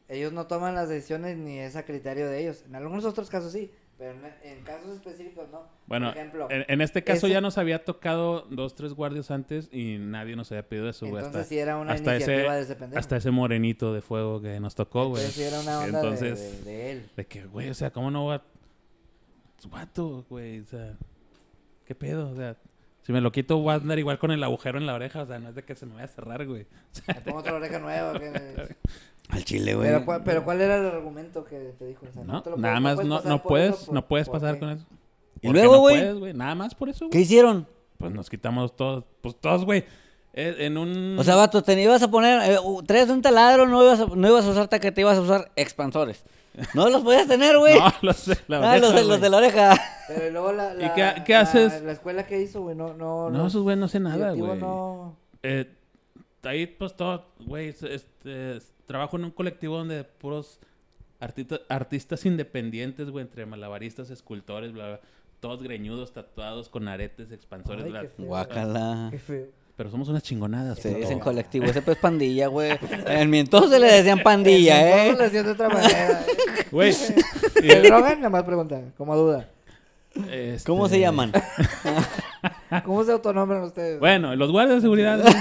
Speaker 2: ellos no toman las decisiones ni es a criterio de ellos. En algunos otros casos sí, pero en, en casos específicos no.
Speaker 3: Bueno,
Speaker 2: por ejemplo,
Speaker 3: en, en este caso
Speaker 2: ese-
Speaker 3: ya nos había tocado dos, tres guardias antes y nadie nos había pedido eso, güey.
Speaker 2: entonces
Speaker 3: hasta-
Speaker 2: sí era una
Speaker 3: hasta ese-
Speaker 2: iniciativa de ese pendejo.
Speaker 3: Hasta ese morenito de fuego que nos tocó, güey.
Speaker 2: Entonces sí era una onda de-
Speaker 3: Entonces,
Speaker 2: de- de él.
Speaker 3: De que, güey, o sea, ¿cómo no va? Vato, güey, o sea, ¿qué pedo? O sea, si me lo quito, voy a andar igual con el agujero en la oreja, o sea, no es de que se me vaya a cerrar, güey. O sea,
Speaker 2: Me pongo otra oreja nueva. que-
Speaker 1: Al chile, güey.
Speaker 2: Pero, ¿cuál- pero ¿cuál era el argumento que te dijo? O sea,
Speaker 3: no,
Speaker 2: te lo
Speaker 3: nada
Speaker 2: puedes-
Speaker 3: más,
Speaker 2: puedes
Speaker 3: no,
Speaker 2: pasar
Speaker 3: no
Speaker 2: por
Speaker 3: puedes,
Speaker 2: eso, por-
Speaker 3: no puedes
Speaker 2: ¿por
Speaker 3: pasar
Speaker 2: qué?
Speaker 3: con eso.
Speaker 1: Y
Speaker 3: Porque
Speaker 1: luego,
Speaker 3: no
Speaker 1: güey.
Speaker 3: puedes, Nada más por eso,
Speaker 1: ¿Qué
Speaker 3: güey.
Speaker 1: hicieron?
Speaker 3: pues nos quitamos todos, pues todos, güey. Eh, En un...
Speaker 1: O sea, vato, te ibas a poner, eh, u- traes un taladro, no ibas a, no ibas a usar taquete, ibas a usar expansores. No los podías tener, güey.
Speaker 3: No, los de la
Speaker 1: Ah, los, de,
Speaker 3: oreja,
Speaker 1: los de
Speaker 3: güey.
Speaker 1: la oreja.
Speaker 2: Pero luego la,
Speaker 3: ¿Y
Speaker 2: la-
Speaker 3: qué- qué
Speaker 2: la-
Speaker 3: haces?
Speaker 2: La, escuela que hizo, güey, no, no,
Speaker 3: No, esos güey no sé nada,
Speaker 2: directivos
Speaker 3: güey.
Speaker 2: no-
Speaker 3: Eh, ahí, pues, todo, güey, es- este, es- trabajo en un colectivo donde puros artita- artistas independientes, güey, entre malabaristas, escultores, bla, bla, todos greñudos, tatuados, con aretes, expansores,
Speaker 2: Ay,
Speaker 3: bla,
Speaker 2: qué feo.
Speaker 1: Guacala.
Speaker 2: Qué feo.
Speaker 3: pero somos unas chingonadas,
Speaker 1: Se
Speaker 3: puto.
Speaker 1: dicen colectivo, ese pues pandilla, güey. En mi entonces le decían pandilla,
Speaker 2: Todos lo
Speaker 1: ¿eh?
Speaker 2: hacían de otra manera.
Speaker 3: Güey, y-
Speaker 2: ¿Te drogan? Nada más pregunta, como duda.
Speaker 3: este,
Speaker 1: ¿Cómo se llaman?
Speaker 2: ¿Cómo se autonombran ustedes?
Speaker 3: Bueno, los guardias de seguridad, güey.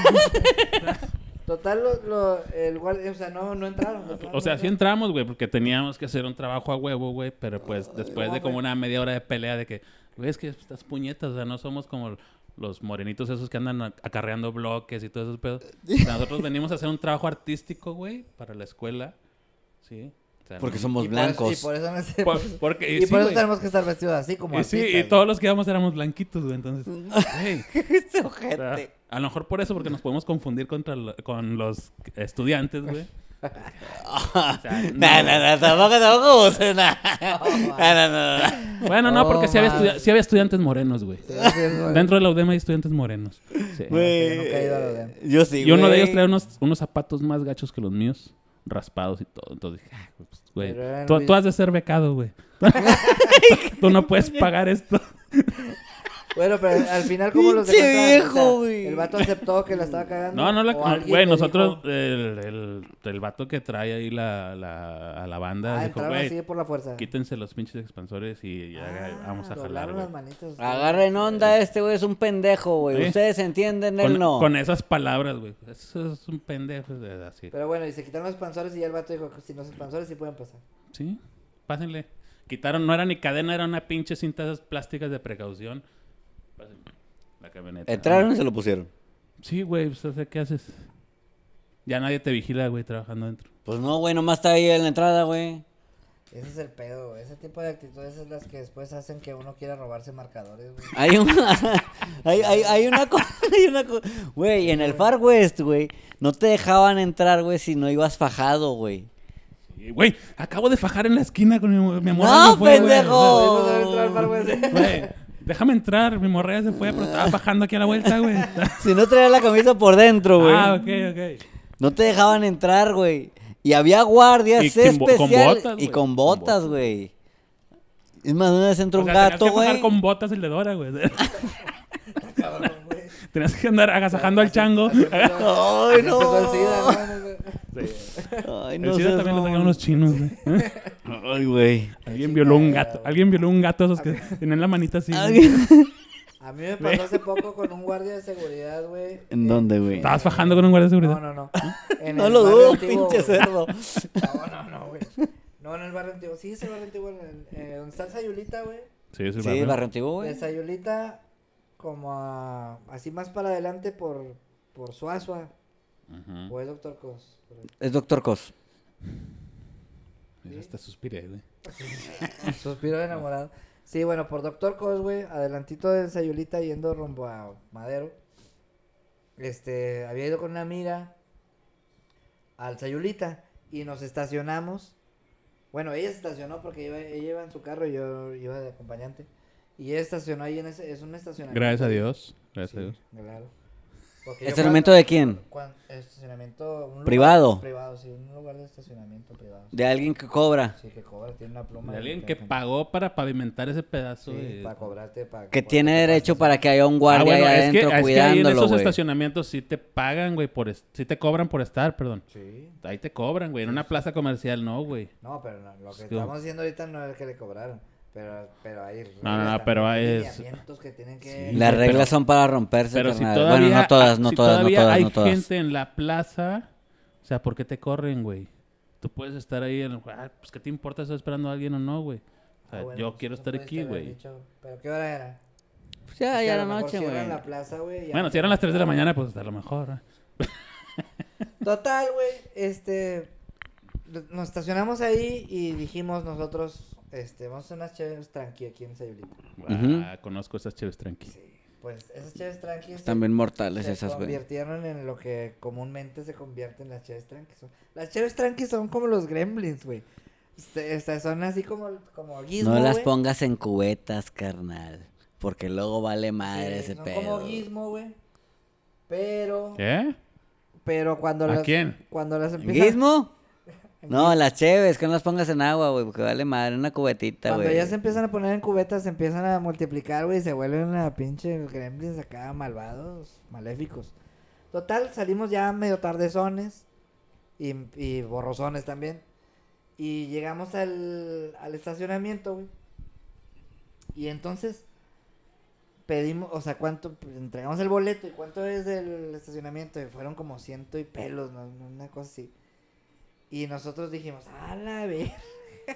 Speaker 2: Total, lo, lo- el guardia, o sea, no, no entraron. no entraron,
Speaker 3: o sea,
Speaker 2: no
Speaker 3: sí entramos, güey, porque teníamos que hacer un trabajo a huevo, güey, pero pues después de
Speaker 2: güey.
Speaker 3: como una media hora de pelea de que, güey, es que estas puñetas, o sea, no somos como los morenitos esos que andan a- acarreando bloques y todos esos pedos. O sea, nosotros venimos a hacer un trabajo artístico, güey, para la escuela, ¿sí? O sea,
Speaker 1: Porque
Speaker 3: no-
Speaker 2: entraron.
Speaker 1: somos
Speaker 2: Y por
Speaker 1: blancos.
Speaker 2: eso- Y por eso, no se-
Speaker 3: Por- porque, y
Speaker 2: y
Speaker 3: sí,
Speaker 2: por eso
Speaker 3: güey.
Speaker 2: tenemos que estar vestidos así como
Speaker 3: Y sí, y
Speaker 2: artistas,
Speaker 3: todos los que íbamos éramos blanquitos, güey, entonces, güey,
Speaker 1: Este
Speaker 3: o sea,
Speaker 1: ojete.
Speaker 3: a lo mejor por eso, porque nos podemos confundir contra lo- con los estudiantes, güey. O sea, no.
Speaker 1: No, no, no, tampoco, tampoco usen, no. No, no, no, no.
Speaker 3: Bueno, no,
Speaker 2: Oh,
Speaker 3: porque sí había,
Speaker 2: madre.
Speaker 3: estudia- sí había estudiantes morenos, güey.
Speaker 2: güey. Sí, sí, güey.
Speaker 3: Dentro de la UDEM hay estudiantes morenos. Sí.
Speaker 2: Güey, nunca he ido a lo de-
Speaker 1: Yo sí,
Speaker 3: Y uno de
Speaker 1: güey.
Speaker 3: ellos traía unos, unos zapatos más gachos que los míos, raspados y todo. Entonces dije, ah, pues, güey,
Speaker 2: Pero eran
Speaker 3: tú,
Speaker 2: Luis-
Speaker 3: tú has de ser becado, güey. tú no puedes pagar esto.
Speaker 2: Bueno, pero al final, ¿cómo los
Speaker 1: Pinche
Speaker 2: encontraron?
Speaker 1: viejo,
Speaker 2: O sea,
Speaker 1: güey.
Speaker 2: El vato aceptó que la estaba cagando.
Speaker 3: No, no, la,
Speaker 2: ¿O
Speaker 3: no,
Speaker 2: alguien
Speaker 3: güey,
Speaker 2: le
Speaker 3: nosotros, ah,
Speaker 2: dijo, "Ah,
Speaker 3: el, el, el vato que trae ahí la, la, a la banda,
Speaker 2: Ah,
Speaker 3: dijo,
Speaker 2: entraron
Speaker 3: güey,
Speaker 2: así por la fuerza.
Speaker 3: quítense los pinches expansores y ya
Speaker 2: Ah,
Speaker 3: vamos a jalar,
Speaker 2: doblaron
Speaker 3: güey.
Speaker 2: las manitas.
Speaker 1: Agarren onda, este güey es un pendejo, güey.
Speaker 3: Sí.
Speaker 1: Ustedes entienden, él
Speaker 3: Con,
Speaker 1: no.
Speaker 3: con esas palabras, güey. Eso es un pendejo, de- así.
Speaker 2: Pero bueno, y se quitaron los expansores y ya el vato dijo, sin los expansores sí pueden pasar.
Speaker 3: Sí, pásenle. Quitaron, no era ni cadena, era una pinche cinta de esas plásticas de precaución. Pásenle. La camioneta.
Speaker 1: Entraron y se lo pusieron.
Speaker 3: Sí, güey, pues, o sea, ¿qué haces? Ya nadie te vigila, güey, trabajando adentro.
Speaker 1: Pues no, güey, nomás está ahí en la entrada, güey.
Speaker 2: Ese es el pedo, güey. Ese tipo de actitudes es las que después hacen que uno quiera robarse marcadores, güey.
Speaker 1: Hay una. hay, hay, hay una cosa. Hay una co- Güey, en el Far West, güey, no te dejaban entrar, güey, si no ibas fajado, güey.
Speaker 3: Sí, Güey, acabo de fajar en la esquina con mi, mo- mi morra.
Speaker 1: ¡No,
Speaker 3: se fue, güey.
Speaker 1: pendejo!
Speaker 2: Güey, no sabe entrar al ¿eh? bar, güey.
Speaker 3: Güey, déjame entrar, mi morra se fue, pero estaba fajando aquí a la vuelta, güey.
Speaker 1: Si no traías la camisa por dentro, güey.
Speaker 3: ah, ok, ok.
Speaker 1: No te dejaban entrar, güey. Y había guardias
Speaker 3: Y
Speaker 1: especiales.
Speaker 3: con bo- con botas,
Speaker 1: y
Speaker 3: güey.
Speaker 1: con
Speaker 3: Con
Speaker 1: botas,
Speaker 3: botas.
Speaker 1: güey. Es más, una vez entró
Speaker 3: O
Speaker 1: un
Speaker 3: sea, tenías
Speaker 1: gato,
Speaker 3: que fajar
Speaker 1: güey.
Speaker 3: con botas el de Dora, güey.
Speaker 2: Cabrón, güey.
Speaker 3: Tenías que andar agasajando
Speaker 1: Ah,
Speaker 3: al chango.
Speaker 2: Así empezó-
Speaker 1: Ay,
Speaker 2: así
Speaker 1: no.
Speaker 2: empezó el SIDA, ¿no? No, no.
Speaker 1: Ay,
Speaker 3: El
Speaker 1: no
Speaker 3: SIDA
Speaker 1: seas
Speaker 3: también le sacaron
Speaker 1: mamón.
Speaker 3: unos chinos, güey.
Speaker 1: Ay, güey.
Speaker 3: Alguien violó un gato. Alguien violó un gato esos que tenían la manita así. güey.
Speaker 1: Ay,
Speaker 2: A mí me pasó hace poco con un guardia de seguridad, güey.
Speaker 1: ¿En dónde, güey?
Speaker 3: Estabas fajando con un guardia de seguridad.
Speaker 2: No, no, no. En
Speaker 1: No
Speaker 2: el
Speaker 1: lo
Speaker 2: barrio
Speaker 1: dudo,
Speaker 2: antiguo,
Speaker 1: pinche
Speaker 2: güey.
Speaker 1: cerdo.
Speaker 2: No, no, no, güey. No, en el barrio antiguo. Sí, ese barrio antiguo. En, en, donde está el Sayulita, güey.
Speaker 3: Sí, es el
Speaker 1: Sí,
Speaker 3: barrio.
Speaker 1: barrio antiguo, güey.
Speaker 2: De Sayulita, como a, así más para adelante por, por Suazua.
Speaker 3: Ujú.
Speaker 2: O es Doctor Cos.
Speaker 1: Es Doctor Cos.
Speaker 3: Mira, Hasta suspiré, güey.
Speaker 2: Suspiro de enamorado. Sí, bueno, por Doctor Cos, güey, adelantito de Sayulita yendo rumbo a Madero. Este, había ido con una mira al Sayulita y nos estacionamos. Bueno, ella se estacionó porque iba- ella iba en su carro y yo iba de acompañante. Y ella estacionó ahí en ese, es un estacionamiento.
Speaker 3: Gracias a Dios. Gracias
Speaker 2: Sí,
Speaker 3: a Dios.
Speaker 2: claro. Porque yo
Speaker 1: ¿Estacionamiento
Speaker 2: cuando-
Speaker 1: de quién?
Speaker 2: cuan- estacionamiento... un lugar
Speaker 1: ¿Privado?
Speaker 2: privado, sí, un lugar de estacionamiento privado.
Speaker 1: De alguien que cobra.
Speaker 2: Sí, que cobra, tiene una pluma.
Speaker 3: De
Speaker 2: y
Speaker 3: alguien
Speaker 2: te
Speaker 3: que
Speaker 2: dejan-
Speaker 3: pagó para pavimentar ese pedazo.
Speaker 2: Sí,
Speaker 3: de-
Speaker 2: para cobrarte, para
Speaker 1: Que
Speaker 2: por-
Speaker 1: tiene
Speaker 2: por-
Speaker 1: derecho para que haya un
Speaker 3: Ah,
Speaker 1: guardia
Speaker 3: bueno,
Speaker 1: ahí
Speaker 3: es que,
Speaker 1: adentro
Speaker 3: es que ahí en
Speaker 1: cuidándolo,
Speaker 3: esos
Speaker 1: güey.
Speaker 3: estacionamientos sí te pagan, güey, por... es- Sí te cobran por estar, perdón.
Speaker 2: Sí.
Speaker 3: Ahí te cobran, güey. En una plaza comercial no, güey.
Speaker 2: No, pero no, lo que
Speaker 3: Sí.
Speaker 2: estamos haciendo ahorita no es que le cobraron. Pero, pero hay reglas
Speaker 3: no,
Speaker 2: también,
Speaker 3: pero
Speaker 2: hay
Speaker 3: es-
Speaker 2: lineamientos que tienen que...
Speaker 3: Sí,
Speaker 1: Las
Speaker 3: pero-
Speaker 1: reglas son para romperse,
Speaker 3: Pero si
Speaker 1: carnal.
Speaker 3: todavía... ah,
Speaker 1: bueno, no todas, no
Speaker 3: si
Speaker 1: todas, no
Speaker 3: todavía
Speaker 1: todas,
Speaker 3: hay
Speaker 1: no todas.
Speaker 3: gente en la plaza... O sea, ¿por qué te corren, güey? Tú puedes estar ahí en... ah, pues, ¿qué te importa? ¿Estás esperando a alguien o no, güey? O sea,
Speaker 2: Ah, bueno,
Speaker 3: yo
Speaker 2: pues,
Speaker 3: quiero
Speaker 2: no
Speaker 3: estar
Speaker 2: pudiste
Speaker 3: aquí,
Speaker 2: haber
Speaker 3: güey.
Speaker 2: dicho, Pero ¿qué hora era?
Speaker 1: Pues
Speaker 2: Es
Speaker 1: ya,
Speaker 2: que
Speaker 1: ya
Speaker 2: a
Speaker 1: la
Speaker 2: lo mejor
Speaker 1: noche,
Speaker 2: cierran
Speaker 1: güey.
Speaker 2: la plaza, güey. ya
Speaker 3: Bueno,
Speaker 2: no-
Speaker 3: si eran las 3 de la mañana, pues a lo mejor. ¿eh?
Speaker 2: Total, güey, este... Nos estacionamos ahí y dijimos nosotros, este, vamos a hacer unas chéveres tranqui aquí en Sayulita.
Speaker 3: Ah,
Speaker 1: Ujú.
Speaker 3: Conozco esas chéves tranqui.
Speaker 2: Sí. Pues esas chaves tranqui este, se-
Speaker 1: Están bien mortales
Speaker 2: se
Speaker 1: esas, güey.
Speaker 2: convirtieron en lo que comúnmente se convierten las chaves tranqui. Son- Las chaves tranqui son como los gremlins, güey. Este- este, son así como, como gizmo,
Speaker 1: No las
Speaker 2: güey.
Speaker 1: pongas en cubetas, carnal. Porque luego vale madre
Speaker 2: Sí,
Speaker 1: ese
Speaker 2: son
Speaker 1: pedo.
Speaker 2: como gizmo, güey. Pero,
Speaker 3: ¿Qué?
Speaker 2: pero cuando
Speaker 3: ¿A
Speaker 2: las...
Speaker 3: quién?
Speaker 2: Cuando las empiezan...
Speaker 1: ¿Gizmo? No, las cheves, que no las pongas en agua, güey, porque vale madre una cubetita,
Speaker 2: Cuando
Speaker 1: güey.
Speaker 2: ya se empiezan a poner en cubetas, se empiezan a multiplicar, güey, y se vuelven a pinche gremlins acá malvados, maléficos. Total, salimos ya medio tardezones y, y borrosones también. Y llegamos al, al estacionamiento, güey. Y entonces pedimos, o sea, cuánto, pues, entregamos el boleto y cuánto es del estacionamiento. Y fueron como ciento y pelos, ¿no? una cosa así. Y nosotros dijimos, a la verga.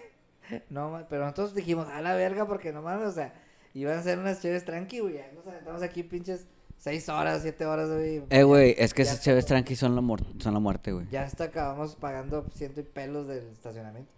Speaker 2: No, ma- pero nosotros dijimos, a la verga, porque no mames, o sea, iban a ser unas chéves tranqui, güey. ya Nos aventamos aquí pinches seis horas, siete horas, güey.
Speaker 1: Eh, güey, es que
Speaker 2: Ya
Speaker 1: esas
Speaker 2: está
Speaker 1: cheves
Speaker 2: todo.
Speaker 1: tranqui son la, mor- son la muerte, güey.
Speaker 2: Ya hasta acabamos pagando ciento y pelos del estacionamiento.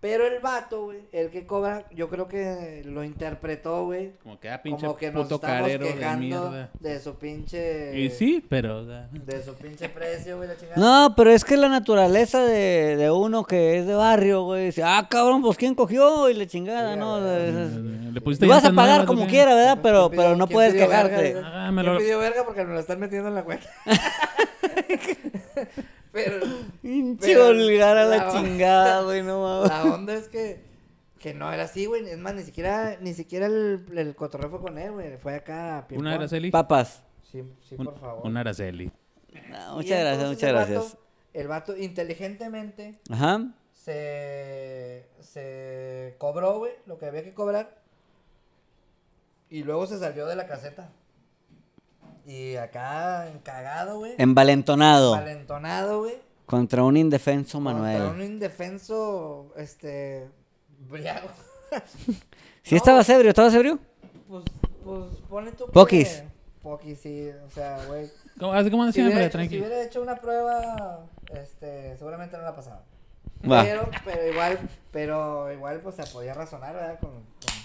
Speaker 2: Pero el vato, güey, el que cobra, yo creo que lo interpretó, güey.
Speaker 3: Como que, ah, pinche
Speaker 2: Como que nos
Speaker 3: puto
Speaker 2: estamos
Speaker 3: carero de
Speaker 2: quejando
Speaker 3: mierda.
Speaker 2: de su pinche.
Speaker 3: Y sí, pero... o sea,
Speaker 2: De su pinche precio, güey, la chingada.
Speaker 1: No, pero es que la naturaleza de, de uno que es de barrio, güey, dice, ah, cabrón, pues ¿quién cogió? Y la chingada,
Speaker 2: Sí, Este
Speaker 1: ¿no?
Speaker 2: a ver.
Speaker 1: Esas-
Speaker 3: Le
Speaker 1: Lo vas a
Speaker 3: llantas
Speaker 1: pagar
Speaker 3: nuevas,
Speaker 1: como
Speaker 3: ¿o qué?
Speaker 1: quiera, ¿verdad? Pero,
Speaker 2: ¿Quién
Speaker 1: pero
Speaker 2: Este pidió-
Speaker 1: no
Speaker 2: quién
Speaker 1: puedes
Speaker 2: pidió verga,
Speaker 1: quejarte.
Speaker 2: güey?
Speaker 3: Ah, me lo-
Speaker 2: ¿Quién pidió verga porque nos la están metiendo en la cuenta. Pero
Speaker 1: Pinche
Speaker 2: Pero
Speaker 1: holgar a la
Speaker 2: la-
Speaker 1: chingada, güey, no mames.
Speaker 2: la onda es que, que no era así, güey. Es más, ni siquiera, ni siquiera el, el cotorreo fue con él, güey. Fue acá a
Speaker 3: ¿Una
Speaker 2: ping-pong.
Speaker 3: Araceli?
Speaker 1: Papas.
Speaker 2: Sí, sí,
Speaker 3: Un-
Speaker 2: por favor.
Speaker 3: Una Araceli.
Speaker 1: No,
Speaker 2: Y
Speaker 1: muchas gracias,
Speaker 2: entonces
Speaker 1: muchas
Speaker 2: el vato-
Speaker 1: gracias.
Speaker 2: el vato inteligentemente
Speaker 1: Ajá.
Speaker 2: se, se cobró, güey, lo que había que cobrar. Y luego se salió de la caseta. Y acá, encagado, güey.
Speaker 1: Envalentonado.
Speaker 2: Valentonado, güey.
Speaker 1: Contra un indefenso Manuel.
Speaker 2: Contra un indefenso, este, briago.
Speaker 1: ¿Sí estabas ebrio? ¿Estabas ebrio?
Speaker 2: Pues, pues, pone tu...
Speaker 1: Poquis.
Speaker 2: Poquis, sí, o sea, güey.
Speaker 3: ¿Cómo, así como
Speaker 2: Si
Speaker 3: decían,
Speaker 2: hubiera,
Speaker 3: pero
Speaker 2: hecho, si
Speaker 3: tranqui.
Speaker 2: hubiera hecho una prueba, este, seguramente no la pasaba.
Speaker 1: Va.
Speaker 2: Pero, pero igual, pero igual, pues, se podía razonar, ¿verdad? Con, con-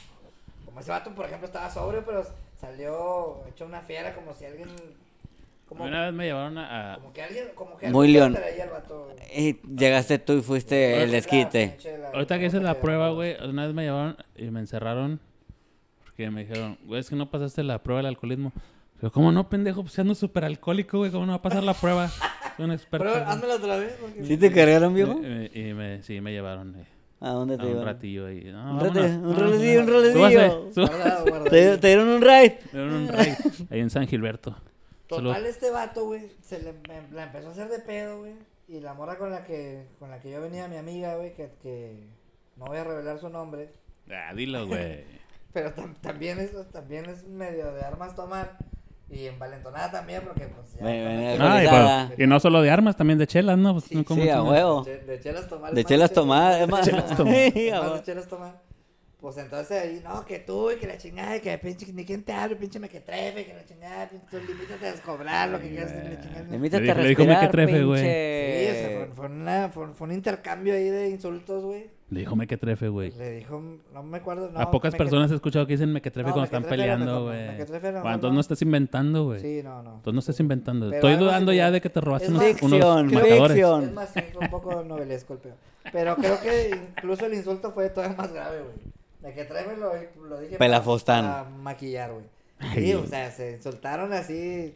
Speaker 2: como ese vato, por ejemplo, estaba sobrio, pero salió hecho una fiera, como si alguien, como,
Speaker 3: Una vez me llevaron a... a-
Speaker 2: como que alguien, como que
Speaker 1: Muy león.
Speaker 2: alguien traía al vato.
Speaker 1: Y llegaste tú y fuiste el
Speaker 2: La
Speaker 1: desquite.
Speaker 2: pinche, la-
Speaker 3: Ahorita que hice
Speaker 2: como
Speaker 3: la prueba,
Speaker 2: la-
Speaker 3: güey, una vez me llevaron y me encerraron porque me dijeron, güey, es que no pasaste la prueba del alcoholismo. Pero, ¿cómo no, pendejo? Pues ando súper alcohólico, güey, ¿cómo no va a pasar la prueba? Soy un experto.
Speaker 2: Pero,
Speaker 3: güey.
Speaker 2: házmela otra vez. porque-
Speaker 1: ¿Sí te cargaron, viejo?
Speaker 3: Eh, eh, Y, me, sí, me llevaron eh,
Speaker 1: ¿A dónde
Speaker 3: a
Speaker 1: te
Speaker 3: un
Speaker 1: iban?
Speaker 3: ratillo ahí. No,
Speaker 1: Un
Speaker 3: vámonos,
Speaker 1: rati- un
Speaker 3: vámonos,
Speaker 1: rolecillo, un
Speaker 3: vámonos.
Speaker 1: rolecillo.
Speaker 3: Súbase, súbase.
Speaker 2: Guardado, guardado.
Speaker 1: ¿Te, te dieron un ride?
Speaker 3: Me dieron un rey ahí en San Gilberto.
Speaker 2: Total,
Speaker 3: Salud.
Speaker 2: este vato, güey, se le me- la empezó a hacer de pedo, güey. Y la morra con la que, con la que yo venía, mi amiga, güey, que, que no voy a revelar su nombre,
Speaker 3: Ah, dilo, güey.
Speaker 2: pero tam- también, es, también es medio de armas tomar. Y envalentonada también, porque pues ya.
Speaker 1: Ven, ven,
Speaker 2: también-
Speaker 3: No, y,
Speaker 1: Alcoholizada.
Speaker 3: pues, y no solo de armas, también de chelas, ¿no? Pues,
Speaker 2: Sí,
Speaker 3: no, ¿cómo
Speaker 1: sí, a
Speaker 3: chingas?
Speaker 1: huevo.
Speaker 2: de, de chelas tomar.
Speaker 1: De
Speaker 2: más
Speaker 1: chelas tomadas, es más. Sí,
Speaker 2: Más
Speaker 1: güey.
Speaker 2: de chelas tomar. Pues entonces ahí, no, que tú y que la chingada, y que pinche, ni quién te abre, pinche me que trefe, que la chingada, pinche, tú limítate a descobrar lo que quieras, la chingada.
Speaker 1: Limítate
Speaker 3: Le
Speaker 1: a
Speaker 3: dijo- le dijo, me que
Speaker 1: respirar,
Speaker 3: trefe, güey.
Speaker 2: Sí, o sea,
Speaker 1: pinche.
Speaker 2: fue, fue una- fue- fue un intercambio ahí de insultos, güey.
Speaker 3: Le dijo mequetrefe, güey.
Speaker 2: Le dijo, no me acuerdo. No,
Speaker 3: a pocas
Speaker 2: me
Speaker 3: personas he escuchado que dicen mequetrefe
Speaker 2: No,
Speaker 3: cuando están
Speaker 2: mequetrefe era
Speaker 3: peleando,
Speaker 2: mejor,
Speaker 3: güey.
Speaker 2: mequetrefe era
Speaker 3: Bueno,
Speaker 2: mejor,
Speaker 3: entonces
Speaker 2: ¿no?
Speaker 3: no estás inventando, güey.
Speaker 2: quedé- Sí, no, no.
Speaker 3: Entonces no estás inventando.
Speaker 2: Pero
Speaker 3: Estoy
Speaker 2: algo
Speaker 3: dudando
Speaker 2: así-
Speaker 3: ya de que te robaste
Speaker 2: es
Speaker 3: unos,
Speaker 2: ficción,
Speaker 3: unos
Speaker 1: creo-
Speaker 3: marcadores.
Speaker 1: ficción.
Speaker 2: Es más, sí, fue un poco novelesco el peor. Pero creo que incluso el insulto fue todavía más grave, güey. De que tráeme lo, lo dije para-
Speaker 1: Pelafostán.
Speaker 2: para maquillar, güey.
Speaker 3: Ay.
Speaker 2: Sí, o sea, se insultaron así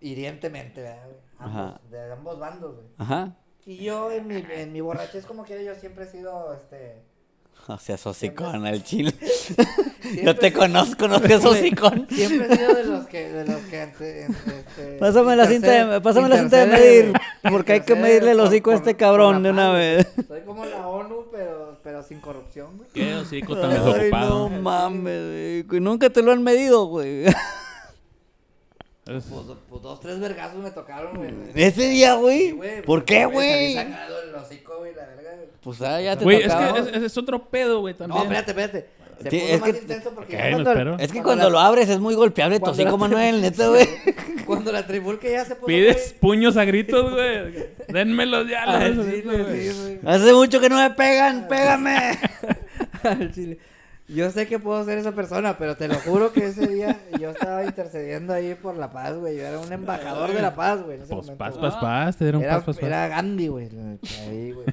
Speaker 2: hirientemente, ¿verdad, güey?
Speaker 1: Ajá.
Speaker 2: Ambos, de ambos bandos, güey.
Speaker 1: Ajá.
Speaker 2: Y yo en mi, en mi borrachez, como quiera, yo siempre he sido, este...
Speaker 1: O sea, sosicón al chile.
Speaker 2: siempre
Speaker 1: No te
Speaker 2: he sido-
Speaker 1: conozco, no seas
Speaker 2: Güey,
Speaker 1: hocicón.
Speaker 2: Siempre he sido de los que, de los que ante- en- este,
Speaker 1: Pásame la cinta de-
Speaker 2: intercede-
Speaker 1: pásame la cinta de
Speaker 2: intercede,
Speaker 1: medir,
Speaker 2: güey.
Speaker 1: porque hay que
Speaker 2: Intercede
Speaker 1: medirle el
Speaker 2: con-
Speaker 1: hocico a
Speaker 2: con-
Speaker 1: este
Speaker 2: con
Speaker 1: cabrón
Speaker 2: la
Speaker 1: de una
Speaker 2: mano.
Speaker 1: vez.
Speaker 2: Soy como la ONU, pero, pero sin corrupción, güey.
Speaker 3: Qué hocico tan
Speaker 1: Ay,
Speaker 3: desocupado.
Speaker 1: no mames, güey. Nunca te lo han medido, güey.
Speaker 3: Es-
Speaker 2: Pues, pues dos, tres vergazos me tocaron, güey.
Speaker 1: Ese día,
Speaker 2: Sí,
Speaker 1: güey.
Speaker 2: güey,
Speaker 1: Mm. ¿Por
Speaker 2: pues,
Speaker 1: qué,
Speaker 2: salí
Speaker 1: güey?
Speaker 2: sangrado el hocico, güey, la verga, güey.
Speaker 1: Pues ah, ya te
Speaker 3: Güey, es
Speaker 1: tocaba.
Speaker 3: que es, es- es otro pedo, güey,
Speaker 2: No,
Speaker 3: también.
Speaker 2: espérate, espérate. Se
Speaker 1: Sí,
Speaker 2: puso
Speaker 1: es
Speaker 2: más
Speaker 1: que-
Speaker 2: intenso porque...
Speaker 3: Ok,
Speaker 2: ya
Speaker 3: lo
Speaker 2: cuando-
Speaker 3: espero.
Speaker 1: Es que
Speaker 2: cuando
Speaker 1: cuando
Speaker 2: la-
Speaker 1: lo abres es muy golpeable tu
Speaker 2: cuando
Speaker 1: hocico,
Speaker 2: la-
Speaker 1: Manuel, neta, güey.
Speaker 2: Cuando la tribulca ya se puso...
Speaker 3: Pides puños a gritos, güey. Dénmelos ya. los
Speaker 2: Al
Speaker 3: necesito,
Speaker 2: chile,
Speaker 3: güey.
Speaker 2: sí, güey.
Speaker 1: Hace mucho que no me pegan, pégame.
Speaker 2: Al chile. Yo sé que puedo ser esa persona, pero te lo juro que ese día yo estaba intercediendo ahí por la paz, güey. Yo era un embajador de la paz, güey. en ese
Speaker 3: Pues
Speaker 2: momento,
Speaker 3: paz,
Speaker 2: güey.
Speaker 3: paz, paz. Te dieron
Speaker 2: Era,
Speaker 3: paz, paz, paz.
Speaker 2: era Gandhi, güey. la- ahí, güey.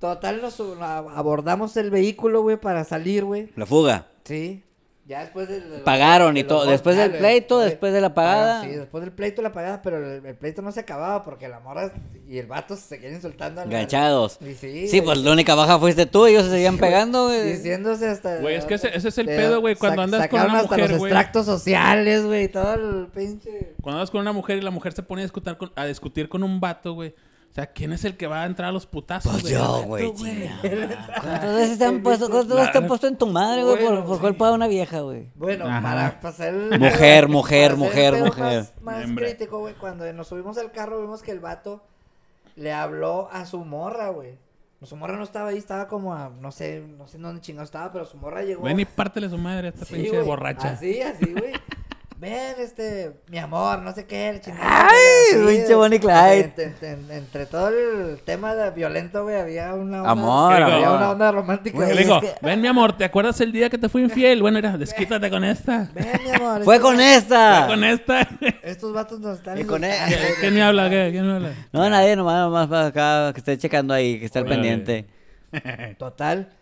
Speaker 2: Total, nos sub- a- abordamos el vehículo, güey, para salir, güey.
Speaker 1: La fuga.
Speaker 2: Sí. Ya después del... del-
Speaker 1: Pagaron y
Speaker 2: del-
Speaker 1: todo.
Speaker 2: del-
Speaker 1: Después del
Speaker 2: del-
Speaker 1: pleito,
Speaker 2: del-
Speaker 1: después de la pagada.
Speaker 2: Sí, después del pleito la pagada, pero el, el pleito no se acababa porque la morra y el vato se quieren soltando. a la-
Speaker 1: Enganchados.
Speaker 2: Y sí,
Speaker 1: Sí,
Speaker 2: güey,
Speaker 1: pues la única baja fuiste tú, ellos se seguían pegando, güey.
Speaker 2: Diciéndose hasta...
Speaker 3: Güey, es que ese- ese es el
Speaker 2: de-
Speaker 3: pedo, güey, cuando
Speaker 2: sac-
Speaker 3: andas con
Speaker 2: sacaron
Speaker 3: una
Speaker 2: hasta
Speaker 3: mujer,
Speaker 2: los
Speaker 3: güey.
Speaker 2: extractos sociales, güey, todo el pinche...
Speaker 3: Cuando vas con una mujer y la mujer se pone a discutir con, a discutir con un vato, güey. O sea, ¿quién es el que va a entrar a los putazos,
Speaker 1: Pues
Speaker 3: güey?
Speaker 1: yo,
Speaker 3: Tú,
Speaker 1: güey. chingada. ¿Cuántas veces te
Speaker 2: El
Speaker 1: han puesto,
Speaker 2: mismo-
Speaker 1: cuántas veces te han
Speaker 3: Claro.
Speaker 1: puesto en tu madre, güey, por,
Speaker 2: Bueno,
Speaker 1: por culpa de una vieja, güey?
Speaker 2: Bueno,
Speaker 3: Ajá.
Speaker 2: para pasar el...
Speaker 1: Mujer, mujer,
Speaker 2: para hacer el
Speaker 1: mujer,
Speaker 2: pedo
Speaker 1: mujer.
Speaker 2: Más, más
Speaker 3: Hombre.
Speaker 2: crítico, güey, cuando nos subimos al carro vimos que el vato le habló a su morra, güey. Su morra no estaba ahí, estaba como a... No sé, no sé dónde chingado estaba, pero su morra llegó...
Speaker 3: Ven y pártele su madre a esta
Speaker 2: Sí,
Speaker 3: pinche
Speaker 2: güey,
Speaker 3: borracha.
Speaker 2: Así, así, güey. Ven, este, mi amor, no sé qué, el chingado.
Speaker 1: Ay,
Speaker 2: Así,
Speaker 1: pinche Bonnie
Speaker 2: de-
Speaker 1: Clyde.
Speaker 2: Entre, entre- entre todo el tema de violento, güey, había una onda.
Speaker 1: Amor,
Speaker 3: ¿Qué digo?
Speaker 2: Había
Speaker 1: amor.
Speaker 2: una onda romántica.
Speaker 1: Güey,
Speaker 3: Le
Speaker 2: güey,
Speaker 3: digo,
Speaker 2: es que-
Speaker 3: ven mi amor, ¿te acuerdas el día que te fui infiel? Bueno, mira, desquítate con esta.
Speaker 2: Ven, mi amor.
Speaker 1: Pues Fue
Speaker 2: estos-
Speaker 1: con esta.
Speaker 3: Con esta.
Speaker 2: Estos vatos nos están.
Speaker 1: Y con él.
Speaker 2: insultando, güey.
Speaker 3: ¿Quién me habla? ¿Qué? ¿Quién me habla?
Speaker 1: No, nadie, nomás, nomás para acá, que esté checando ahí, que esté al
Speaker 3: Órale.
Speaker 1: pendiente.
Speaker 2: Total.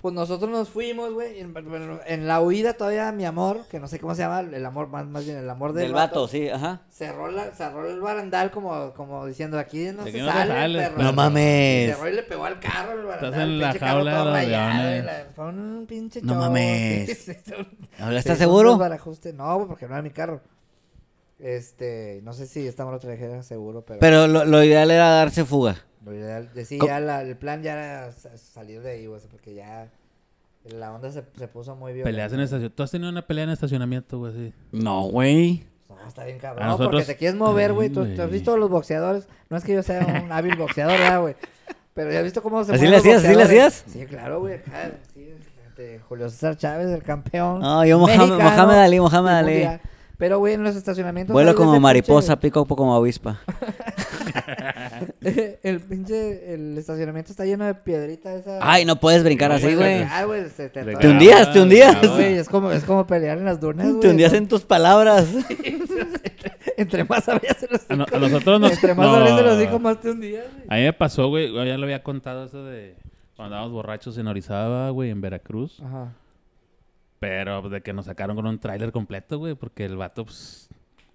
Speaker 2: Pues nosotros nos fuimos, güey. y En, bueno, en la huida todavía, mi amor, que no sé cómo se llama, el amor, más, más bien el amor del,
Speaker 1: Pues Del vato, sí, ajá.
Speaker 2: Cerró, la, cerró el barandal como, como diciendo, aquí no
Speaker 3: De
Speaker 2: se
Speaker 3: que no te
Speaker 2: sale,
Speaker 3: sales,
Speaker 2: perro.
Speaker 3: No
Speaker 1: No mames.
Speaker 2: Cerró y le pegó al carro el barandal.
Speaker 3: en
Speaker 2: el
Speaker 3: la
Speaker 2: pinche carro
Speaker 3: jaula
Speaker 2: todo
Speaker 3: de los
Speaker 2: rayado,
Speaker 3: leones.
Speaker 2: y la- Fue un pinche
Speaker 1: No
Speaker 2: show,
Speaker 1: mames.
Speaker 2: sí, sí, sí, un-
Speaker 1: Ahora, ¿Estás
Speaker 2: sí, un
Speaker 1: seguro?
Speaker 2: desbarajuste. No, güey, porque no era mi carro. Este, no sé si esta morra trajera seguro, pero...
Speaker 1: Pero lo, lo ideal era darse fuga.
Speaker 2: Lo ideal, de- sí,
Speaker 1: Co-
Speaker 2: ya la- el plan ya era sa- salir de ahí, güey, porque ya la onda se, se puso muy bien.
Speaker 3: Peleas en estacionamiento. ¿Tú has tenido una pelea en estacionamiento, güey? Sí.
Speaker 1: No, güey.
Speaker 2: No, Pues, ah, está bien cabrón.
Speaker 3: A
Speaker 2: No, porque
Speaker 3: nosotros-
Speaker 2: te quieres mover, güey.
Speaker 3: Ay,
Speaker 2: ¿Tú, tú has
Speaker 3: güey.
Speaker 2: visto a los boxeadores. No es que yo sea un hábil boxeador, ¿verdad, güey? Pero ya has visto cómo se
Speaker 1: ¿Así
Speaker 2: mueven
Speaker 1: le
Speaker 2: los
Speaker 1: hacías? ¿Así le
Speaker 2: boxeadores?
Speaker 1: hacías?
Speaker 2: Sí, claro, güey. acá, sí, ante Julio César Chávez, el campeón.
Speaker 1: No, yo Mohamed-
Speaker 2: mexicano
Speaker 1: Mohamed Ali, Mohamed
Speaker 2: del
Speaker 1: Ali.
Speaker 2: mundial. Pero, güey, en los estacionamientos.
Speaker 1: Vuelo
Speaker 2: hay
Speaker 1: como
Speaker 2: ese
Speaker 1: mariposa, pico como avispa.
Speaker 2: pinche- el pinche. El estacionamiento está lleno de piedrita esa.
Speaker 1: Ay, no puedes brincar
Speaker 3: No,
Speaker 1: así,
Speaker 3: güey,
Speaker 1: güey.
Speaker 2: Ah, güey, se te
Speaker 3: De
Speaker 1: Te
Speaker 2: atoran.
Speaker 1: hundías, te hundías.
Speaker 3: Ah,
Speaker 2: Güey, es como, es como pelear en las dunas, güey.
Speaker 1: Te hundías en tus palabras.
Speaker 2: Entre más abrías el
Speaker 3: A, no-
Speaker 2: hocico.
Speaker 3: a nosotros nos...
Speaker 2: Entre más
Speaker 3: no.
Speaker 2: abrías el hocico, más te hundías, güey.
Speaker 3: A mí me pasó, güey. Ya lo había contado eso de cuando andábamos borrachos en Orizaba, güey, en Veracruz.
Speaker 2: Ajá.
Speaker 3: Pero pues, de que nos sacaron con un tráiler completo, güey, porque el vato, pues...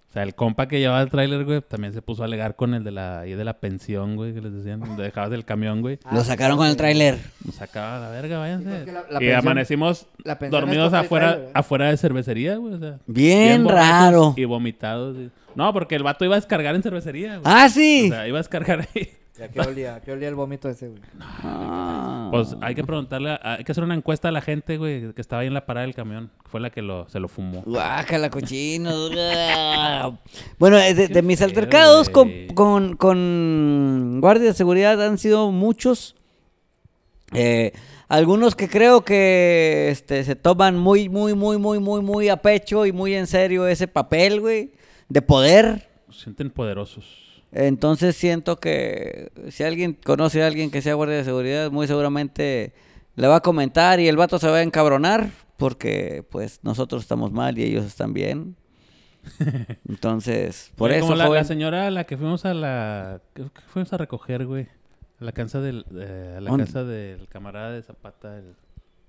Speaker 3: O sea, el compa que llevaba el tráiler, güey, también se puso a alegar con el de la, ahí de la pensión, güey, que les decían, donde dejabas el camión, güey.
Speaker 1: Lo sacaron con el tráiler.
Speaker 3: Nos sacaba a la verga,
Speaker 2: Sí,
Speaker 3: váyanse.
Speaker 2: porque la- la
Speaker 3: y
Speaker 2: pensión-
Speaker 3: amanecimos
Speaker 2: la pensión es
Speaker 3: dormidos
Speaker 2: compra y
Speaker 3: afuera,
Speaker 2: tráiler, ¿eh?
Speaker 3: afuera de cervecería, güey. O sea,
Speaker 1: Bien
Speaker 3: borrachos
Speaker 1: raro.
Speaker 3: Y vomitados. y- No, porque el vato iba a descargar en cervecería, güey.
Speaker 1: Ah,
Speaker 3: O
Speaker 1: sí.
Speaker 3: sea, iba a descargar ahí.
Speaker 2: Ya, ¿Qué olía? ¿Qué olía el vómito ese, güey?
Speaker 1: Ah.
Speaker 3: Pues hay que preguntarle, a- hay que hacer una encuesta a la gente, güey, que estaba ahí en la parada del camión. que Fue la que lo, se lo fumó.
Speaker 1: Guácala, cochinos. Ah. bueno, eh, de, de mis
Speaker 3: feo,
Speaker 1: altercados con,
Speaker 3: güey.
Speaker 1: con, con guardias de seguridad han sido muchos. Eh, algunos que creo que este, se toman muy, muy, muy, muy, muy, muy a pecho y muy en serio ese papel, güey, de poder.
Speaker 3: Se sienten poderosos.
Speaker 1: Entonces siento que si alguien conoce a alguien que sea guardia de seguridad, muy seguramente le va a comentar y el vato se va a encabronar porque pues nosotros estamos mal y ellos están bien. Entonces, por
Speaker 3: Oye,
Speaker 1: eso
Speaker 3: Como la,
Speaker 1: joven,
Speaker 3: la señora a la que fuimos a la... ¿Qué qué fuimos a recoger, güey? A la casa del, eh, a la
Speaker 1: ¿Dónde?
Speaker 3: casa del camarada de Zapata, del,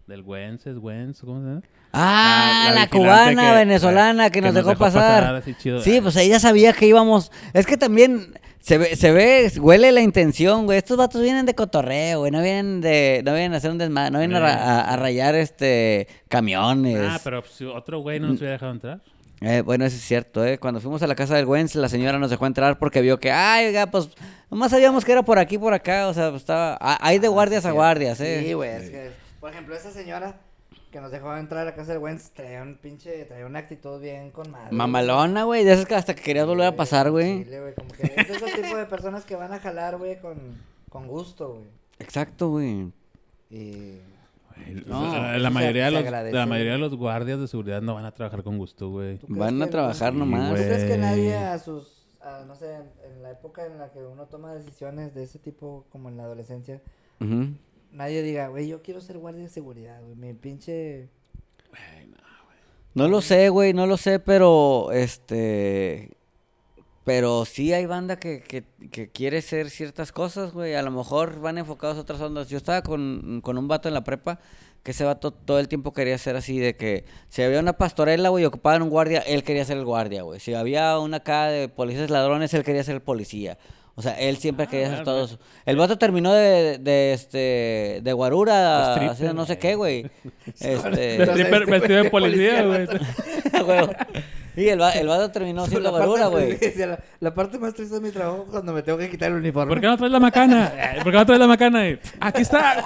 Speaker 3: del Wences, Wenz, ¿cómo se llama?
Speaker 1: Ah,
Speaker 3: Ah,
Speaker 1: la,
Speaker 3: la vigilante
Speaker 1: cubana
Speaker 3: que-
Speaker 1: venezolana que
Speaker 3: que
Speaker 1: nos,
Speaker 3: nos
Speaker 1: dejó,
Speaker 3: dejó
Speaker 1: pasar.
Speaker 3: pasar así chido. ah.
Speaker 1: Sí, pues ella sabía que íbamos. Es que también se ve, se ve, huele la intención, güey. Estos vatos vienen de cotorreo, güey. No vienen de, no vienen a hacer un desmadre, no vienen a, ra- a- a rayar este camiones.
Speaker 3: Ah, pero si otro güey no nos hubiera dejado entrar.
Speaker 1: Eh, bueno, eso es cierto, ¿eh? Cuando fuimos a la casa del Wenz, la señora nos dejó entrar porque vio que, ay, oiga, pues, nomás sabíamos que era por aquí, por acá, o sea, pues, estaba... ah, Hay de guardias a guardias, ¿eh?
Speaker 2: Sí, güey. Es que, por ejemplo, esa señora que nos dejó entrar a la casa del Wenz traía un pinche, traía una actitud bien con madre.
Speaker 1: Mamalona, güey, de esas que hasta que querías volver a
Speaker 2: Sí,
Speaker 1: pasar, güey.
Speaker 2: Chile, güey. Como que es de esos tipos de personas que van a jalar, güey, con, con gusto, güey.
Speaker 1: Exacto, güey.
Speaker 2: Y...
Speaker 1: No,
Speaker 3: O sea,
Speaker 2: eso
Speaker 3: la,
Speaker 2: se-
Speaker 3: mayoría
Speaker 2: se
Speaker 3: de los,
Speaker 2: agradece,
Speaker 3: la mayoría de
Speaker 2: güey.
Speaker 3: los guardias de seguridad no van a trabajar con gusto, güey.
Speaker 2: ¿Tú crees
Speaker 1: Van a
Speaker 2: que-
Speaker 1: trabajar
Speaker 2: sí,
Speaker 1: nomás.
Speaker 2: ¿Tú crees que
Speaker 3: güey.
Speaker 2: nadie a sus, a, no sé, en, en la época en la que uno toma decisiones de ese tipo, como en la adolescencia,
Speaker 1: Ujú.
Speaker 2: nadie diga, güey, yo quiero ser guardia de seguridad, güey. Mi pinche.
Speaker 3: Güey, no.
Speaker 1: No lo sé, güey, no lo sé, pero este. Pero sí hay banda que, que, que quiere ser ciertas cosas, güey. A lo mejor van enfocados a otras ondas. Yo estaba con, con un vato en la prepa que ese vato todo el tiempo quería ser así, de que si había una pastorela, güey, y ocupaban un guardia, él quería ser el guardia, güey. Si había una acá de policías ladrones, él quería ser el policía. O sea, él siempre
Speaker 3: Ah,
Speaker 1: quería
Speaker 3: verga.
Speaker 1: ser todo eso. El vato terminó de, de, este, de guarura,
Speaker 3: Stripper,
Speaker 1: haciendo no sé qué, güey. este...
Speaker 2: Entonces,
Speaker 3: Stripper
Speaker 2: este
Speaker 3: vestido de
Speaker 2: güey
Speaker 3: policía, güey.
Speaker 2: vato-
Speaker 1: A huevo. Y el, va- el vato terminó siendo
Speaker 2: la parte
Speaker 1: barura,
Speaker 2: más-
Speaker 1: güey.
Speaker 2: decía, La, la parte más triste de mi trabajo es cuando me tengo que quitar el uniforme.
Speaker 3: ¿Por qué no traes la macana? Eh, ¿Por qué no traes la macana? Y, Aquí está.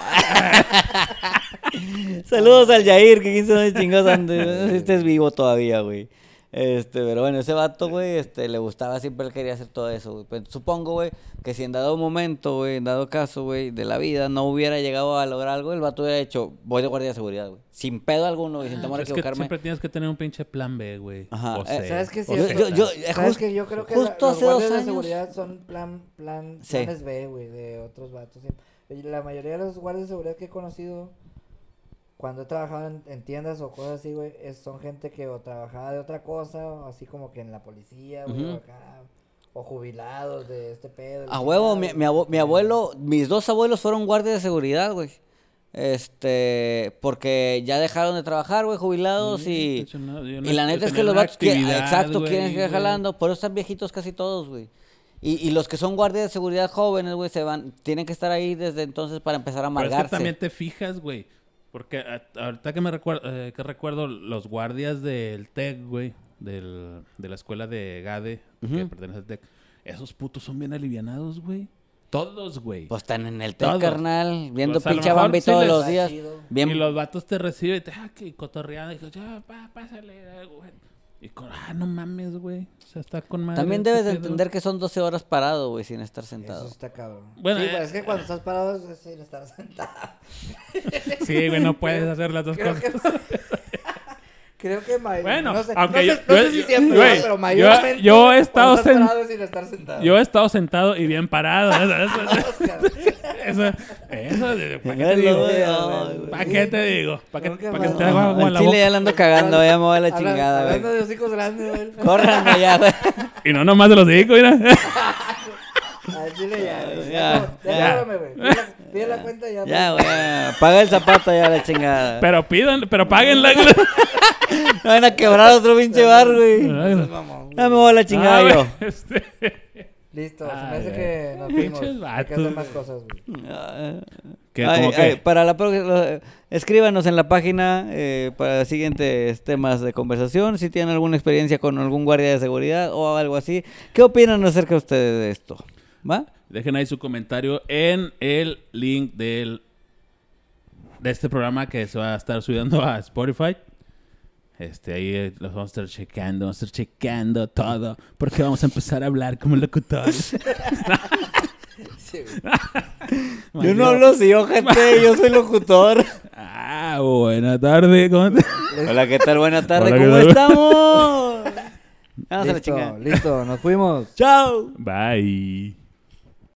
Speaker 1: Saludos al Jair, que 15 años chingados antes. No sé si estés vivo todavía, güey. Este, pero bueno, ese vato, güey, este, le gustaba siempre, él quería hacer todo eso, güey. Pero supongo, güey, que si en dado momento, güey, en dado caso, güey, de la vida, no hubiera llegado a lograr algo, el vato hubiera hecho, voy de guardia de seguridad, güey. Sin pedo alguno, güey, sin temor a
Speaker 3: Es que
Speaker 1: equivocarme.
Speaker 3: siempre tienes que tener un pinche plan B, güey.
Speaker 1: Ajá,
Speaker 3: O
Speaker 1: eh,
Speaker 3: C,
Speaker 2: ¿Sabes qué es
Speaker 3: o
Speaker 2: cierto?
Speaker 3: Z.
Speaker 1: Yo- yo- eh,
Speaker 2: ¿Sabes
Speaker 1: jus-
Speaker 2: qué? Yo creo que
Speaker 1: justo
Speaker 2: la, los
Speaker 1: hace dos
Speaker 2: guardias de
Speaker 1: años-
Speaker 2: seguridad son plan, plan,
Speaker 1: Sí.
Speaker 2: planes B, güey, de otros vatos. Y la mayoría de los guardias de seguridad que he conocido, cuando he trabajado en, en tiendas o cosas así, güey, es- son gente que o trabajaba de otra cosa, o así como que en la policía, güey,
Speaker 1: Ujú.
Speaker 2: o acá, o jubilados de este pedo. la
Speaker 1: A huevo,
Speaker 2: chingada,
Speaker 1: mi,
Speaker 2: güey.
Speaker 1: mi abo- mi abuelo, mis dos abuelos fueron guardias de seguridad, güey. Este, porque ya dejaron de trabajar, güey, jubilados
Speaker 3: Sí, de
Speaker 1: y...
Speaker 3: hecho, no, yo no-
Speaker 1: Y la
Speaker 3: yo
Speaker 1: neta es
Speaker 3: tenía
Speaker 1: que los
Speaker 3: una
Speaker 1: vatos quieren,
Speaker 3: actividad,
Speaker 1: exacto,
Speaker 3: güey,
Speaker 1: quieren
Speaker 3: güey.
Speaker 1: ir jalando, por eso están viejitos casi todos, güey. Y, y los que son guardias de seguridad jóvenes, güey, se van, tienen que estar ahí desde entonces para empezar a
Speaker 3: Pero es
Speaker 1: amargarse.
Speaker 3: que también te fijas, güey. Porque a- ahorita que me recuerdo, que recuerdo los guardias del TEC, güey, del- de la escuela de GADE, que
Speaker 1: Ujú.
Speaker 3: pertenece al TEC, esos putos son bien alivianados, güey. Todos, güey.
Speaker 1: Pues están en el
Speaker 3: Todos.
Speaker 1: tren, carnal, viendo
Speaker 3: Pues, a lo
Speaker 1: pinche
Speaker 3: mejor
Speaker 1: Bambi
Speaker 3: sí
Speaker 1: todos
Speaker 3: les-
Speaker 1: los
Speaker 2: Está
Speaker 1: días.
Speaker 2: chido.
Speaker 1: Bien,
Speaker 3: Y los vatos te reciben y te, ah, que cotorreada. Y dices, ya, pa- pásale, eh, güey. Y con, ah, no mames, güey. O sea, está con madre.
Speaker 1: también
Speaker 3: este
Speaker 1: debes de
Speaker 3: pedo.
Speaker 1: entender que son 12 horas parado, güey, sin estar
Speaker 2: Eso
Speaker 1: sentado.
Speaker 2: está cabrón.
Speaker 3: Bueno,
Speaker 2: sí,
Speaker 3: eh,
Speaker 2: pero es que cuando estás parado es sin estar sentado.
Speaker 3: Sí, güey, no puedes hacer las dos
Speaker 2: Creo
Speaker 3: cosas.
Speaker 2: que. Creo que mayor-
Speaker 3: Bueno,
Speaker 2: no sé,
Speaker 3: aunque
Speaker 2: no
Speaker 3: yo-
Speaker 2: sé, no
Speaker 3: yo-
Speaker 2: sé si
Speaker 3: yo-
Speaker 2: siempre,
Speaker 3: güey,
Speaker 2: ¿no? pero
Speaker 3: yo-
Speaker 2: mayormente
Speaker 3: yo he estado
Speaker 2: cuando estás
Speaker 3: sen-
Speaker 2: parado sin estar sentado.
Speaker 3: Yo he estado sentado y bien parado. Eso, eso,
Speaker 2: Oscar,
Speaker 3: eso, eso, de- ¿para qué te
Speaker 1: Míralo,
Speaker 3: digo?
Speaker 1: güey,
Speaker 2: güey,
Speaker 1: ay,
Speaker 3: ¿Para qué te digo? ¿Para qué,
Speaker 2: Nunca
Speaker 3: pa' qué
Speaker 2: más.
Speaker 3: te hago agua en
Speaker 1: Al
Speaker 3: la
Speaker 1: chile ya
Speaker 3: boca?
Speaker 1: la ando cagando, ya me voy a la
Speaker 2: hablan-
Speaker 1: chingada,
Speaker 2: Hablando
Speaker 1: güey.
Speaker 2: de hijos grandes, güey.
Speaker 1: Córranme ya, güey.
Speaker 3: Y no nomás de los digo, mira.
Speaker 2: Al chile ya,
Speaker 1: Ya,
Speaker 2: güey. Ya,
Speaker 1: ya.
Speaker 2: ya, cóbrame, güey. Pide la- Pide la cuenta y ya.
Speaker 1: Ya, güey, ya. paga el zapato ya la chingada.
Speaker 3: Pero pidan, pero páguenla.
Speaker 1: No van a quebrar otro pinche bar, güey.
Speaker 2: Pues,
Speaker 3: Ah,
Speaker 2: mamón, güey.
Speaker 1: Ya me voy a la chingada
Speaker 3: güey,
Speaker 1: yo.
Speaker 3: este,
Speaker 2: Listo, se me
Speaker 3: Ay,
Speaker 2: hace
Speaker 3: güey.
Speaker 2: que nos
Speaker 3: Pinches
Speaker 2: vimos. Hay que
Speaker 3: vatos,
Speaker 2: hacer más
Speaker 3: güey.
Speaker 2: cosas, güey.
Speaker 3: ¿Qué,
Speaker 1: Ay,
Speaker 3: cómo
Speaker 1: ay,
Speaker 3: qué?
Speaker 1: para la pro- lo- escríbanos en la página eh, para siguientes temas de conversación. Si tienen alguna experiencia con algún guardia de seguridad o algo así, ¿qué opinan acerca ustedes de esto? ¿Va?
Speaker 3: Dejen ahí su comentario en el link del de este programa que se va a estar subiendo a Spotify. Este, ahí eh, los vamos a estar checando, vamos a estar checando todo, porque vamos a empezar a hablar como locutores.
Speaker 2: Sí, güey.
Speaker 1: Yo no hablo así, ojete, yo soy locutor.
Speaker 3: Ah, buena tarde. ¿cómo te-
Speaker 1: Hola, ¿qué tal? Buenas tardes,
Speaker 3: Hola, ¿qué
Speaker 1: ¿cómo
Speaker 3: tal?
Speaker 1: estamos? Vamos a la
Speaker 2: Listo,
Speaker 1: chingada.
Speaker 2: listo, nos fuimos.
Speaker 1: Chao.
Speaker 3: Bye.